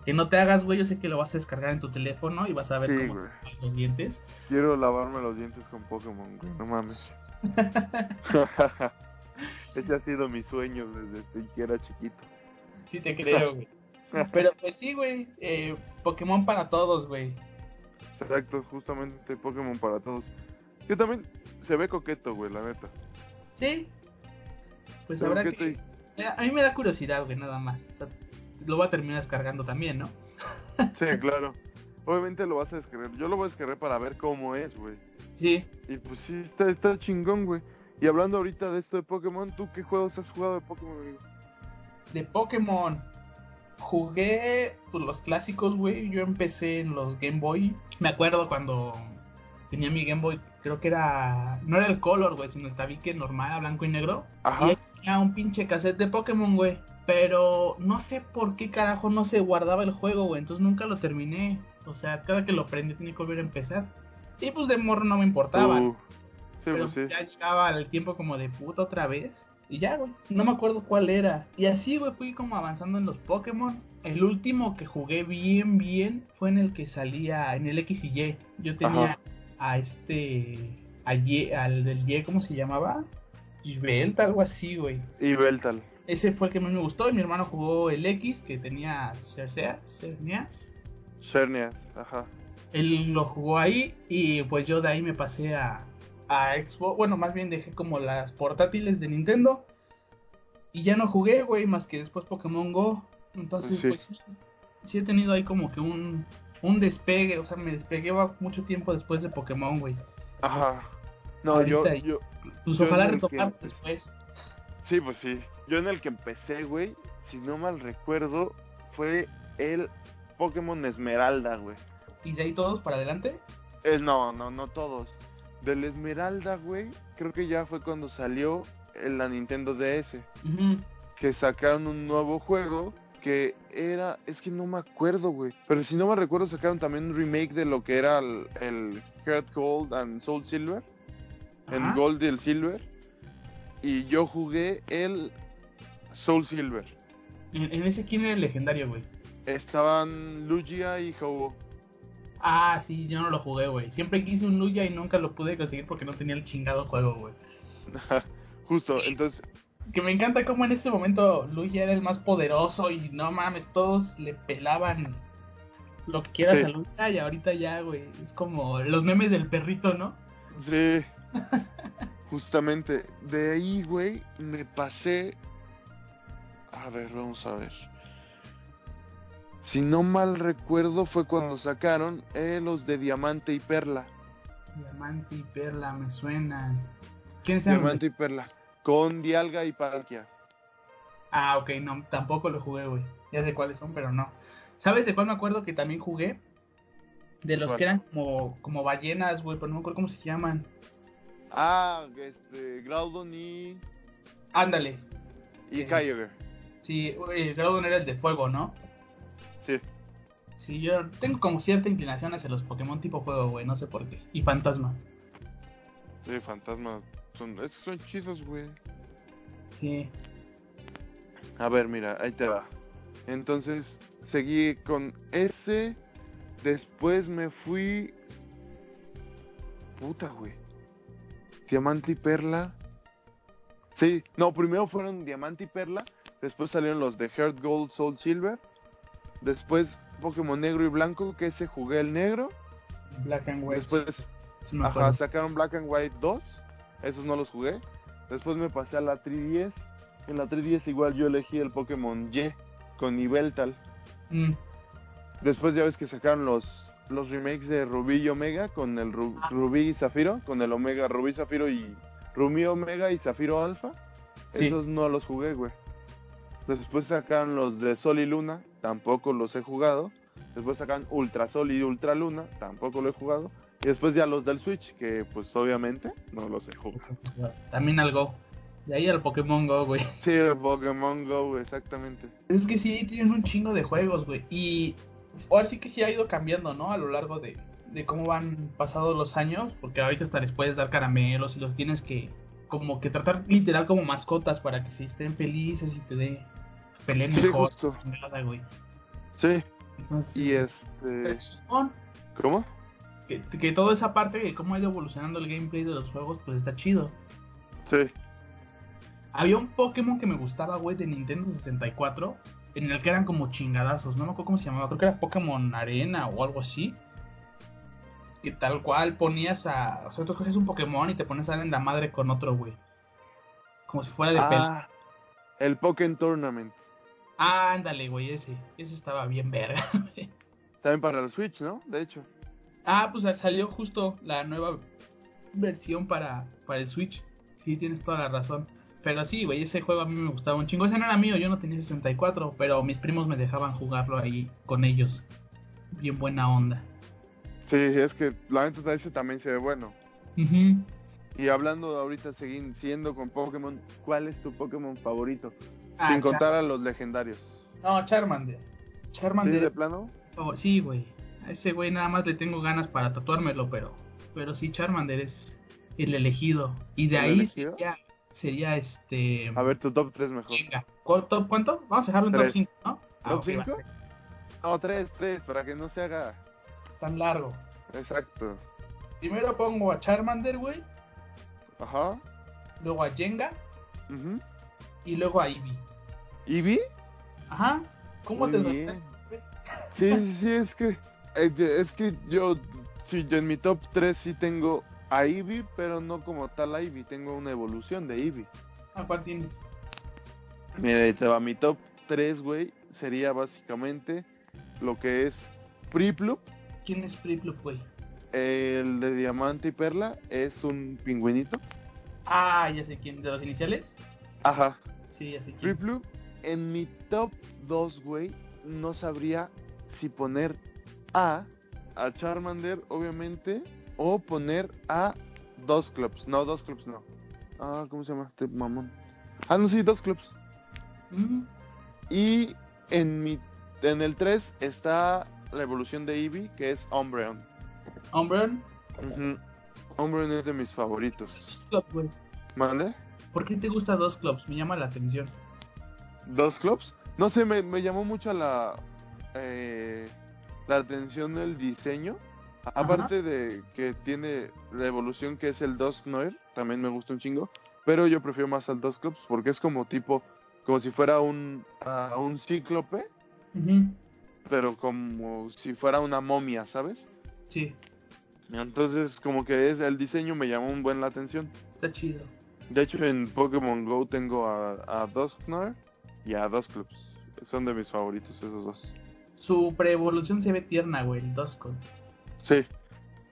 Speaker 4: Que no te hagas, güey, yo sé que lo vas a descargar en tu teléfono y vas a ver
Speaker 3: Sí,
Speaker 4: cómo
Speaker 3: güey.
Speaker 4: te lavas los dientes.
Speaker 3: Quiero lavarme los dientes con Pokémon, güey. No mames. Ese ha sido mi sueño desde que era chiquito.
Speaker 4: Sí te creo, güey. Pero pues sí, güey, eh, Pokémon para todos, güey.
Speaker 3: Exacto, justamente este Pokémon para todos. Que también se ve coqueto, güey, la neta.
Speaker 4: Sí. Pues
Speaker 3: Se ve
Speaker 4: habrá
Speaker 3: coqueto
Speaker 4: que...
Speaker 3: y-
Speaker 4: Eh, A mí me da curiosidad, güey, nada más. O sea, lo voy a terminar descargando también, ¿no?
Speaker 3: Sí, claro. Obviamente lo vas a descargar. Yo lo voy a descargar para ver cómo es, güey.
Speaker 4: Sí.
Speaker 3: Y pues sí, está, está chingón, güey. Y hablando ahorita de esto de Pokémon, ¿tú qué juegos has jugado de Pokémon, amigo?
Speaker 4: De Pokémon. Jugué pues, los clásicos, güey. Yo empecé en los Game Boy. Me acuerdo cuando tenía mi Game Boy. Creo que era. No era el color, güey, sino el tabique normal, blanco y negro.
Speaker 3: Ajá.
Speaker 4: Y ahí tenía un pinche cassette de Pokémon, güey. Pero no sé por qué carajo no se guardaba el juego, güey. Entonces nunca lo terminé. O sea, cada que lo prende tiene que volver a empezar. Y pues de morro no me importaba.
Speaker 3: Uh, sí,
Speaker 4: Pero
Speaker 3: pues sí.
Speaker 4: ya llegaba el tiempo como de puta otra vez. Y ya, güey, no me acuerdo cuál era. Y así, güey, fui como avanzando en los Pokémon. El último que jugué bien, bien, fue en el que salía, en el X y Y. Yo tenía
Speaker 3: Ajá.
Speaker 4: a este, a Ye- al del Y, ¿cómo se llamaba? Gisbelt, algo así, güey.
Speaker 3: Y Beltal.
Speaker 4: Ese fue el que más me gustó. Y mi hermano jugó el X, que tenía Cersea, Cerneas.
Speaker 3: Cernia. Ajá.
Speaker 4: Él lo jugó ahí y pues yo de ahí me pasé a, a Xbox. Bueno, más bien dejé como las portátiles de Nintendo. Y ya no jugué, güey, más que después Pokémon Go. Entonces,
Speaker 3: Sí.
Speaker 4: pues sí, sí he tenido ahí como que un, un despegue. O sea, me despegué va- mucho tiempo después de Pokémon, güey.
Speaker 3: Ajá. No,
Speaker 4: Ahorita
Speaker 3: yo,
Speaker 4: ahí.
Speaker 3: yo.
Speaker 4: Pues
Speaker 3: Yo
Speaker 4: ojalá
Speaker 3: no
Speaker 4: retomar
Speaker 3: entiendo.
Speaker 4: después.
Speaker 3: Sí, pues sí. Yo en el que empecé, güey, si no mal recuerdo, fue el Pokémon Esmeralda, güey.
Speaker 4: Y de ahí todos para adelante.
Speaker 3: Eh, no, no, no todos. Del Esmeralda, güey, creo que ya fue cuando salió en la Nintendo DS.
Speaker 4: Ujú.
Speaker 3: que sacaron un nuevo juego que era, es que no me acuerdo, güey. Pero si no me recuerdo, sacaron también un remake de lo que era el, el Heart Gold and Soul Silver,
Speaker 4: Ajá.
Speaker 3: el Gold y el Silver. Y yo jugué el Soul Silver.
Speaker 4: En, en ese, ¿quién era el legendario, güey?
Speaker 3: Estaban Lugia y Ho.
Speaker 4: Ah, sí, yo no lo jugué, güey. Siempre quise un Luya y nunca lo pude conseguir porque no tenía el chingado juego, güey.
Speaker 3: Justo, entonces,
Speaker 4: Que me encanta cómo en ese momento Luigi era el más poderoso y no mames, todos le pelaban lo que quieras
Speaker 3: Sí.
Speaker 4: a Luigi. Y ahorita ya, güey, es como los memes del perrito, ¿no?
Speaker 3: sí. Justamente, de ahí, güey, me pasé. A ver, vamos a ver. Si no mal recuerdo, fue cuando sacaron eh, los de Diamante y Perla.
Speaker 4: Diamante y Perla me suenan. ¿Quién se llama?
Speaker 3: Diamante y Perla. Con Dialga y Palkia.
Speaker 4: Ah, ok, no, tampoco lo jugué, güey. Ya sé cuáles son, pero no. ¿Sabes de cuál me acuerdo que también jugué? De los
Speaker 3: ¿Cuál?
Speaker 4: que eran como, como ballenas, güey, pero no me acuerdo cómo se llaman.
Speaker 3: Ah, este, Groudon y,
Speaker 4: Ándale.
Speaker 3: y
Speaker 4: Ok.
Speaker 3: Kyogre.
Speaker 4: Sí, güey, Groudon era el de fuego, ¿no?
Speaker 3: Sí.
Speaker 4: Sí, yo tengo como cierta inclinación hacia los Pokémon tipo fuego, güey, no sé por qué. Y fantasma.
Speaker 3: Sí, fantasma. Son, esos son chidos, güey.
Speaker 4: Sí.
Speaker 3: A ver, mira, ahí te va. Entonces, seguí con ese. Después me fui. Puta, güey. Diamante y Perla. Sí, no, primero fueron Diamante y Perla. Después salieron los de Heart Gold, Soul Silver. Después Pokémon Negro y Blanco, que ese jugué el negro.
Speaker 4: Black and White.
Speaker 3: Después
Speaker 4: sí me
Speaker 3: Ajá,
Speaker 4: acuerdo.
Speaker 3: sacaron Black and White 2. Esos no los jugué. Después me pasé a la 3DS. En la 3DS igual yo elegí el Pokémon Y con Ibeltal.
Speaker 4: Mm,
Speaker 3: Después ya ves que sacaron los, los remakes de Rubí y Omega con el Ru-
Speaker 4: Ah.
Speaker 3: Rubí y Zafiro, con el Omega Rubí Zafiro y Rubí Omega y Zafiro Alpha.
Speaker 4: Sí.
Speaker 3: Esos no los jugué, güey. Después sacaron los de Sol y Luna, tampoco los he jugado. Después sacaron Ultra Sol y Ultra Luna, tampoco lo he jugado. Y después ya los del Switch, que pues obviamente no los he jugado.
Speaker 4: También al Go. De ahí al Pokémon Go, güey.
Speaker 3: Sí, el Pokémon Go, güey, exactamente.
Speaker 4: Es que sí, tienen un chingo de juegos, güey. Y ahora sí que sí ha ido cambiando, ¿no? A lo largo de, de cómo van pasados los años. Porque ahorita hasta les puedes dar caramelos y los tienes que como que tratar literal como mascotas para que sí estén felices y te dé peleen
Speaker 3: Sí,
Speaker 4: mejor.
Speaker 3: justo.
Speaker 4: chingada, güey.
Speaker 3: Sí,
Speaker 4: Entonces,
Speaker 3: y
Speaker 4: pero
Speaker 3: este...
Speaker 4: chingón.
Speaker 3: ¿Cómo?
Speaker 4: que, que toda esa parte de cómo ha ido evolucionando el gameplay de los juegos, pues está chido.
Speaker 3: Sí.
Speaker 4: Había un Pokémon que me gustaba, güey, de Nintendo 64, en el que eran como chingadazos, no me acuerdo cómo se llamaba, creo que era Pokémon Arena o algo así. Que tal cual ponías a. O sea, tú escoges un Pokémon y te pones a dar en la madre con otro, güey. Como si fuera de pel.
Speaker 3: Ah, el Pokémon Tournament.
Speaker 4: Ah, ándale, güey, ese. Ese estaba bien verga, güey.
Speaker 3: También para el Switch, ¿no? De hecho.
Speaker 4: Ah, pues salió justo la nueva versión para, para el Switch. Sí, tienes toda la razón. Pero sí, güey, ese juego a mí me gustaba un chingo. Ese no era mío, yo no tenía 64, pero mis primos me dejaban jugarlo ahí con ellos. Bien buena onda.
Speaker 3: Sí, es que la neta ese también se ve bueno.
Speaker 4: Ujú.
Speaker 3: Y hablando de ahorita, seguin- siguiendo con Pokémon, ¿cuál es tu Pokémon favorito?
Speaker 4: Ah,
Speaker 3: Sin
Speaker 4: Char-
Speaker 3: contar a los legendarios.
Speaker 4: No, Charmander.
Speaker 3: ¿Sí,
Speaker 4: Charmander.
Speaker 3: de plano?
Speaker 4: oh, sí, güey. A ese güey nada más le tengo ganas para tatuármelo, pero... Pero sí, Charmander es el elegido. Y de
Speaker 3: ¿El
Speaker 4: ahí
Speaker 3: elegido?
Speaker 4: sería- sería este.
Speaker 3: A ver, tu top 3 mejor.
Speaker 4: Jenga. ¿Cu- top- ¿Cuánto? Vamos a dejarlo en top
Speaker 3: Tres.
Speaker 4: 5, ¿no? Ah,
Speaker 3: ¿Top
Speaker 4: ok, va,
Speaker 3: 5? No, 3, 3, para que no se haga.
Speaker 4: Tan largo.
Speaker 3: Exacto.
Speaker 4: Primero pongo a Charmander, güey.
Speaker 3: Ajá.
Speaker 4: Luego a Jenga.
Speaker 3: ujú.
Speaker 4: Y luego a Eevee.
Speaker 3: ¿Y vi?
Speaker 4: Ajá. ¿Cómo
Speaker 3: Muy
Speaker 4: te
Speaker 3: bien.
Speaker 4: sorprende? güey?
Speaker 3: Sí, sí, sí, es que. eh, de- Es que yo. Sí, yo en mi top 3 sí tengo a Eevee, pero no como tal a Eevee. Tengo una evolución de Eevee.
Speaker 4: ¿A Ah, cuál tienes?
Speaker 3: Mira, ahí te va. Mi top 3, güey, sería básicamente lo que es Priplup,
Speaker 4: ¿Quién es Priplup, güey?
Speaker 3: el de diamante y perla, es un pingüinito.
Speaker 4: Ah, ya sé quién. ¿De los iniciales?
Speaker 3: Ajá.
Speaker 4: Sí, ya sé quién.
Speaker 3: Priplup, en mi top 2, güey, no sabría si poner a, a Charmander, obviamente, o poner a dos clubs. No, dos clubs no. Ah, ¿cómo se llama este mamón? Ah, no, sí, dos clubs.
Speaker 4: Mm,
Speaker 3: Y en mi en el 3 está la evolución de Eevee, que es Umbreon.
Speaker 4: Umbreon.
Speaker 3: Ujú. Umbreon es de mis favoritos.
Speaker 4: Dos clubs, güey.
Speaker 3: ¿Vale?
Speaker 4: ¿Por qué te gusta dos clubs? Me llama la atención.
Speaker 3: ¿Dos clubs? No sé, me, me llamó mucho la, eh, la atención del diseño. Aparte de que tiene la evolución que es el 2 Noir, también me gusta un chingo. Pero yo prefiero más al 2 Clubs porque es como tipo, como si fuera un, a un cíclope,
Speaker 4: Ujú,
Speaker 3: pero como si fuera una momia, ¿sabes?
Speaker 4: Sí,
Speaker 3: Entonces, como que es el diseño me llamó un buen la atención.
Speaker 4: está chido.
Speaker 3: De hecho, en Pokémon Go tengo a, a Dusknoir y a Dusclops. Son de mis favoritos esos dos.
Speaker 4: Su preevolución se ve tierna, güey, el dos clubs.
Speaker 3: Sí.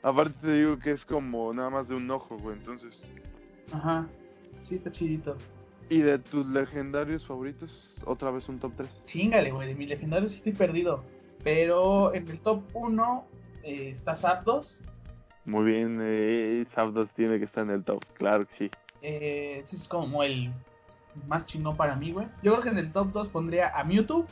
Speaker 3: Aparte te digo que es como nada más de un ojo, güey. Entonces,
Speaker 4: Ajá. Sí, está chidito.
Speaker 3: ¿y de tus legendarios favoritos? Otra vez un top 3.
Speaker 4: Chingale, güey, de mi legendario sí estoy perdido. Pero en el top 1 está Zapdos,
Speaker 3: Muy bien, eh, Zapdos tiene que estar en el top, claro que sí.
Speaker 4: Eh, ese es como el más chingón para mí, güey. Yo creo que en el top 2 pondría a Mewtwo.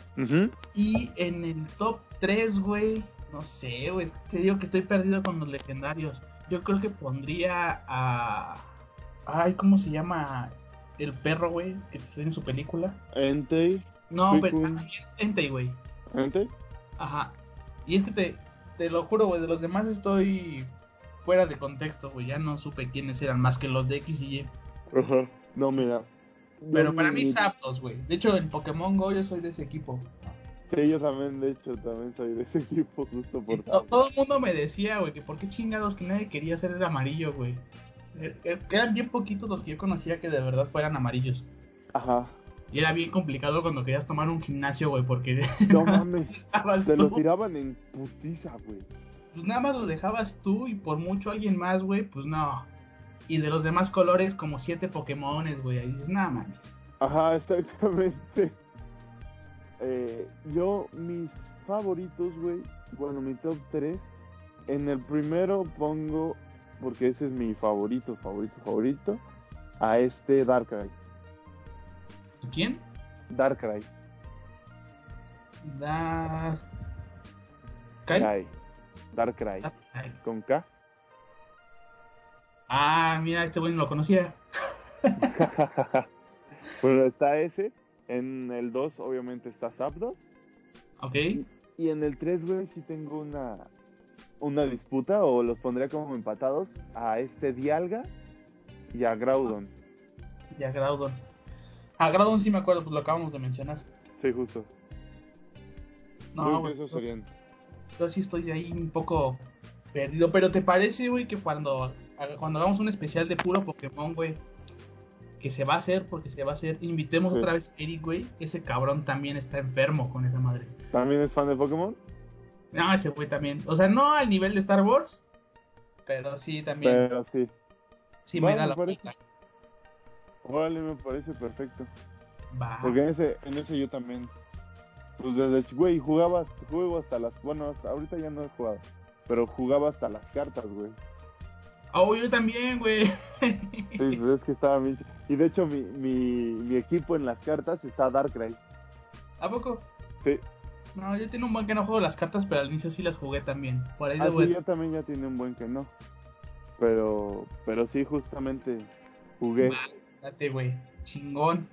Speaker 4: Y en el top 3, güey, no sé, güey. Te digo que estoy perdido con los legendarios. Yo creo que pondría a. Ay, ¿cómo se llama? El perro, güey, que tiene su película.
Speaker 3: Entei,
Speaker 4: No, pero.
Speaker 3: Suicune.
Speaker 4: ah, Entei, güey.
Speaker 3: Entei.
Speaker 4: Ajá. Y es que te, te lo juro, güey, de los demás estoy fuera de contexto, güey. Ya no supe quiénes eran más que los de X y Y.
Speaker 3: Ajá. No, mira.
Speaker 4: Pero para mí
Speaker 3: Mm,
Speaker 4: Zapdos, güey. De hecho, en Pokémon GO yo soy de ese equipo.
Speaker 3: Sí, yo también, de hecho, también soy de ese equipo justo por
Speaker 4: To-
Speaker 3: Zapdos.
Speaker 4: Todo el mundo me decía, güey, que por qué chingados que nadie quería hacer el amarillo, güey. Eh, eh, Eran bien poquitos los que yo conocía que de verdad fueran amarillos.
Speaker 3: Ajá.
Speaker 4: Y era bien complicado cuando querías tomar un gimnasio, güey, porque
Speaker 3: No mames.
Speaker 4: estabas
Speaker 3: Se lo
Speaker 4: tú.
Speaker 3: tiraban en putiza, güey.
Speaker 4: Pues nada más lo dejabas tú y por mucho alguien más, güey, pues no. Y de los demás colores, como siete Pokémones, güey. Ahí dices, nada mames.
Speaker 3: Ajá, exactamente. Eh, yo, mis favoritos, güey. Bueno, mi top 3. En el primero pongo, porque ese es mi favorito, favorito, favorito, a este Darkrai.
Speaker 4: ¿A ¿Quién?
Speaker 3: Darkrai.
Speaker 4: Da. ¿Kai?
Speaker 3: Kai. Darkrai.
Speaker 4: Kai.
Speaker 3: Con K.
Speaker 4: Ah, mira, este güey no lo conocía.
Speaker 3: bueno, está ese. En el 2, obviamente, está Zapdos.
Speaker 4: Ok.
Speaker 3: Y en el 3, güey, sí tengo una, una disputa, o los pondría como empatados, a este Dialga y a Groudon.
Speaker 4: Y a Groudon. A Groudon Ah, sí me acuerdo, pues lo acabamos de mencionar.
Speaker 3: Sí, justo.
Speaker 4: No, güey.
Speaker 3: esos
Speaker 4: yo-
Speaker 3: serían.
Speaker 4: Yo sí estoy ahí un poco perdido. Pero ¿te parece, güey, que cuando, haga- cuando hagamos un especial de puro Pokémon, güey? Que se va a hacer, porque se va a hacer. Invitemos
Speaker 3: Sí.
Speaker 4: otra vez a Eric, güey. Ese cabrón también está enfermo con esa madre.
Speaker 3: ¿También es fan de Pokémon?
Speaker 4: No, ese güey también. O sea, no al nivel de Star Wars. Pero sí, también.
Speaker 3: Pero sí.
Speaker 4: sí,
Speaker 3: bueno,
Speaker 4: me da
Speaker 3: me
Speaker 4: la
Speaker 3: parece.
Speaker 4: vuelta.
Speaker 3: Órale, me parece perfecto.
Speaker 4: Va.
Speaker 3: Porque en ese, en ese yo también. Pues desde, ch- güey, jugaba, juego hasta las. Bueno, hasta ahorita ya no he jugado. Pero jugaba hasta las cartas, güey.
Speaker 4: Oh, yo también, güey.
Speaker 3: Sí, pues es que estaba bien. ch- Y de hecho, mi, mi, mi equipo en las cartas está Darkrai.
Speaker 4: ¿A poco?
Speaker 3: Sí.
Speaker 4: No, yo tengo un buen que no juego las cartas, pero al inicio sí las jugué también. Por ahí de
Speaker 3: Ah, sí,
Speaker 4: vuelta.
Speaker 3: yo también ya tiene un buen que no. Pero, pero sí, justamente jugué
Speaker 4: Date, güey. Chingón.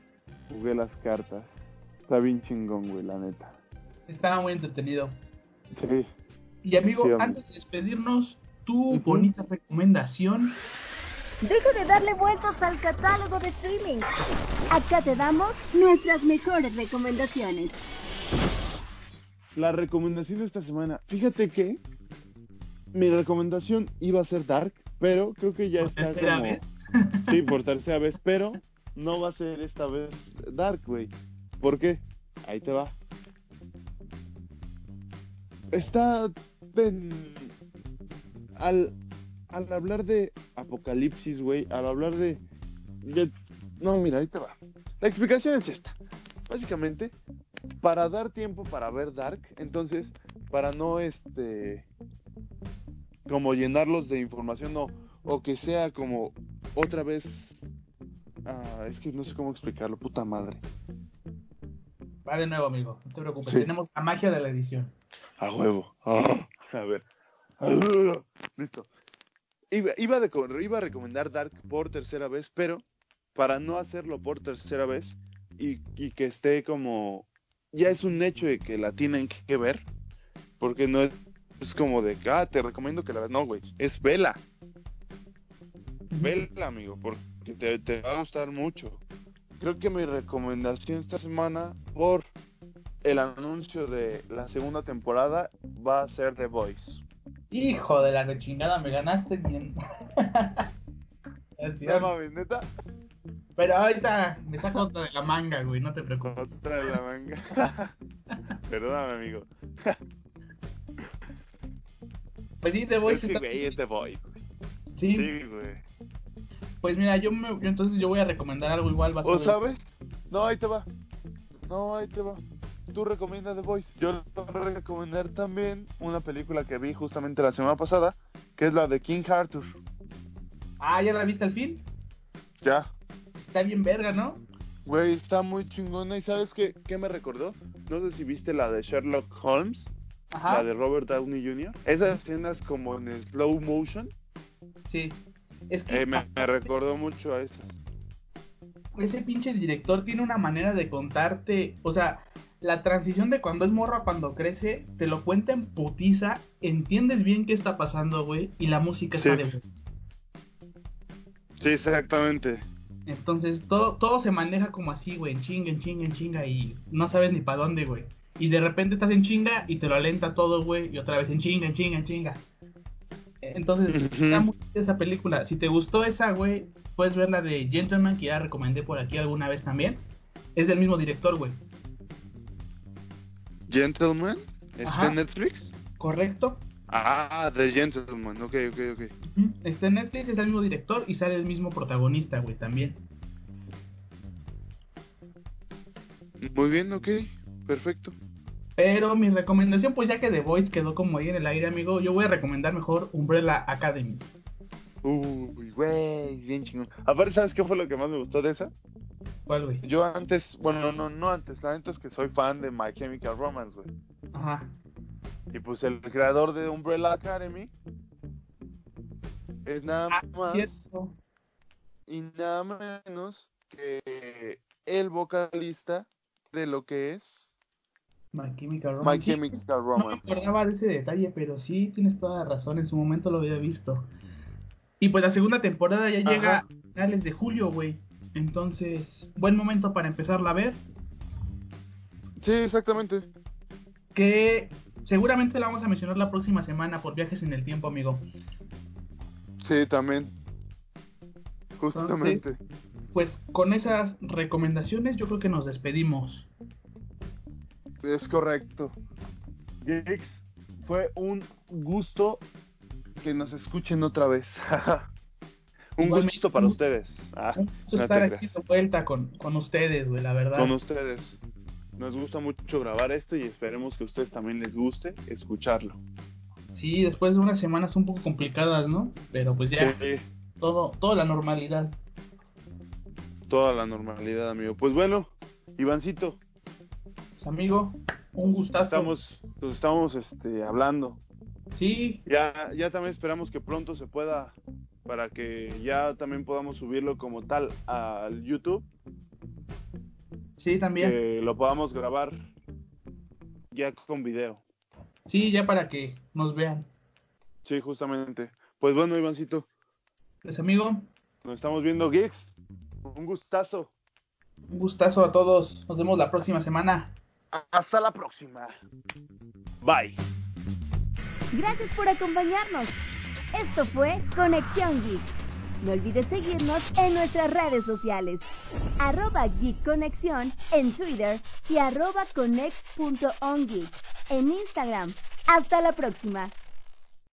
Speaker 3: Jugué las cartas. Está bien chingón, güey, la neta.
Speaker 4: Estaba muy entretenido.
Speaker 3: Sí.
Speaker 4: Y amigo,
Speaker 3: Sí, hombre.
Speaker 4: antes de despedirnos, tu
Speaker 3: Ujú.
Speaker 4: bonita recomendación.
Speaker 1: Deja de darle vueltas al catálogo de streaming. Acá te damos nuestras mejores recomendaciones.
Speaker 3: La recomendación de esta semana. Fíjate que mi recomendación iba a ser Dark, pero creo que ya
Speaker 4: por
Speaker 3: está
Speaker 4: tercera
Speaker 3: como...
Speaker 4: vez.
Speaker 3: Sí, por tercera vez, pero no va a ser esta vez Dark, güey. ¿Por qué? Ahí te va. Está en- al al hablar de apocalipsis, güey, al hablar de, de- no, mira, ahí te va. La explicación es esta. Básicamente, para dar tiempo para ver Dark, entonces, para no este como llenarlos de información o, o que sea como otra vez. Ah, es que no sé cómo explicarlo, puta madre.
Speaker 4: Va de nuevo, amigo. No te preocupes.
Speaker 3: Sí.
Speaker 4: Tenemos la magia de la edición.
Speaker 3: A huevo. Ah, a ver. Ah, Listo. Iba, iba de co- iba a recomendar Dark por tercera vez, pero para no hacerlo por tercera vez y, y que esté como. Ya es un hecho de que la tienen que ver, porque no es, es como de que, ah, te recomiendo que la veas. No, güey, es vela. Vela, amigo, porque te, te va a gustar mucho. Creo que mi recomendación esta semana, por el anuncio de la segunda temporada, va a ser The Voice.
Speaker 4: Hijo de la rechingada, me ganaste bien. Así,
Speaker 3: No mames, neta.
Speaker 4: Pero ahorita me saco otra de la manga, güey. No te preocupes.
Speaker 3: Otra de la manga. Perdóname, amigo.
Speaker 4: Pues sí, The
Speaker 3: Es
Speaker 4: Voice
Speaker 3: que,
Speaker 4: está-
Speaker 3: güey, es The Voice.
Speaker 4: Sí,
Speaker 3: Sí, güey.
Speaker 4: pues mira, yo, me- yo entonces yo voy a recomendar algo igual. vas a
Speaker 3: ¿O
Speaker 4: ver.
Speaker 3: sabes? No, ahí te va. No, ahí te va. Tú recomiendas The Voice. Yo le voy a recomendar también una película que vi justamente la semana pasada, que es la de King Arthur.
Speaker 4: Ah, ¿ya la viste al fin?
Speaker 3: Ya.
Speaker 4: Está bien verga, ¿no?
Speaker 3: Güey, está muy chingona. ¿Y sabes qué, qué me recordó? No sé si viste la de Sherlock Holmes,
Speaker 4: Ajá.
Speaker 3: la de Robert Downey Jr. Esas escenas como en slow motion,
Speaker 4: Sí. Es que
Speaker 3: eh, me, me recordó mucho a esas.
Speaker 4: ese pinche director tiene una manera de contarte, o sea, la transición de cuando es morro a cuando crece, te lo cuenta en putiza, entiendes bien qué está pasando, güey, y la música
Speaker 3: Sí.
Speaker 4: está de huevo.
Speaker 3: Sí, exactamente.
Speaker 4: Entonces, todo, todo se maneja como así, güey, en chinga, en chinga, en chinga, y no sabes ni para dónde, güey. Y de repente estás en chinga y te lo alenta todo, güey, y otra vez en chinga, en chinga, en chinga. Entonces,
Speaker 3: Ujú.
Speaker 4: está muy chida esa película. Si te gustó esa, güey, puedes ver la de Gentleman, que ya recomendé por aquí alguna vez también. Es del mismo director, güey.
Speaker 3: Gentleman, ¿está
Speaker 4: Ajá.
Speaker 3: en Netflix?
Speaker 4: ¿Correcto?
Speaker 3: Ah, The Gentleman, ok, ok, ok.
Speaker 4: Ujú. Está en Netflix, es el mismo director y sale el mismo protagonista, güey, también.
Speaker 3: Muy bien, ok, perfecto.
Speaker 4: Pero mi recomendación, pues ya que The Voice quedó como ahí en el aire, amigo, yo voy a recomendar mejor Umbrella Academy.
Speaker 3: Uy, güey, bien chingón. Aparte, ¿sabes qué fue lo que más me gustó de esa?
Speaker 4: ¿Cuál, güey?
Speaker 3: Yo antes, bueno, no, no antes, la neta es que soy fan de My Chemical Romance, güey.
Speaker 4: Ajá.
Speaker 3: Y pues el creador de Umbrella Academy es nada
Speaker 4: Ah,
Speaker 3: más
Speaker 4: cierto.
Speaker 3: y nada menos que el vocalista de lo que es
Speaker 4: My Chemical Romance.
Speaker 3: My
Speaker 4: Sí,
Speaker 3: Chemical
Speaker 4: No me
Speaker 3: Romance.
Speaker 4: acordaba de ese detalle, pero sí tienes toda la razón, en su momento lo había visto. Y pues la segunda temporada ya llega
Speaker 3: Ajá.
Speaker 4: a finales de julio, güey. Entonces, buen momento para empezarla a ver.
Speaker 3: Sí, exactamente.
Speaker 4: Que seguramente la vamos a mencionar la próxima semana por viajes en el tiempo, amigo.
Speaker 3: Sí, también. Justamente.
Speaker 4: Pues con esas recomendaciones yo creo que nos despedimos.
Speaker 3: Es correcto. Geeks, fue un gusto que nos escuchen otra vez. un
Speaker 4: Igualmente.
Speaker 3: gusto para ustedes. Ah,
Speaker 4: Un gusto
Speaker 3: no te
Speaker 4: estar aquí
Speaker 3: creas.
Speaker 4: de vuelta con, con ustedes, güey, la verdad.
Speaker 3: con ustedes. Nos gusta mucho grabar esto y esperemos que a ustedes también les guste escucharlo.
Speaker 4: Sí, después de unas semanas un poco complicadas, ¿no? Pero pues ya,
Speaker 3: Sí,
Speaker 4: todo, toda la normalidad.
Speaker 3: toda la normalidad, amigo. Pues bueno, Ivancito,
Speaker 4: Pues, amigo, un gustazo.
Speaker 3: estamos, nos estamos este, hablando.
Speaker 4: Sí,
Speaker 3: Ya, ya también esperamos que pronto se pueda para que ya también podamos subirlo como tal al YouTube,
Speaker 4: Sí, también.
Speaker 3: que lo podamos grabar ya con video.
Speaker 4: Sí, ya para que nos vean.
Speaker 3: Sí, justamente. Pues bueno, Ivancito,
Speaker 4: Pues amigo, un
Speaker 3: nos estamos viendo geeks. Un gustazo.
Speaker 4: gustazo a todos. Nos vemos la próxima semana.
Speaker 3: Hasta la próxima. Bye.
Speaker 1: Gracias por acompañarnos. Esto fue Conexión Geek. No olvides seguirnos en nuestras redes sociales. Arroba Geek Conexión en Twitter y arroba conex.ongeek en Instagram. Hasta la próxima.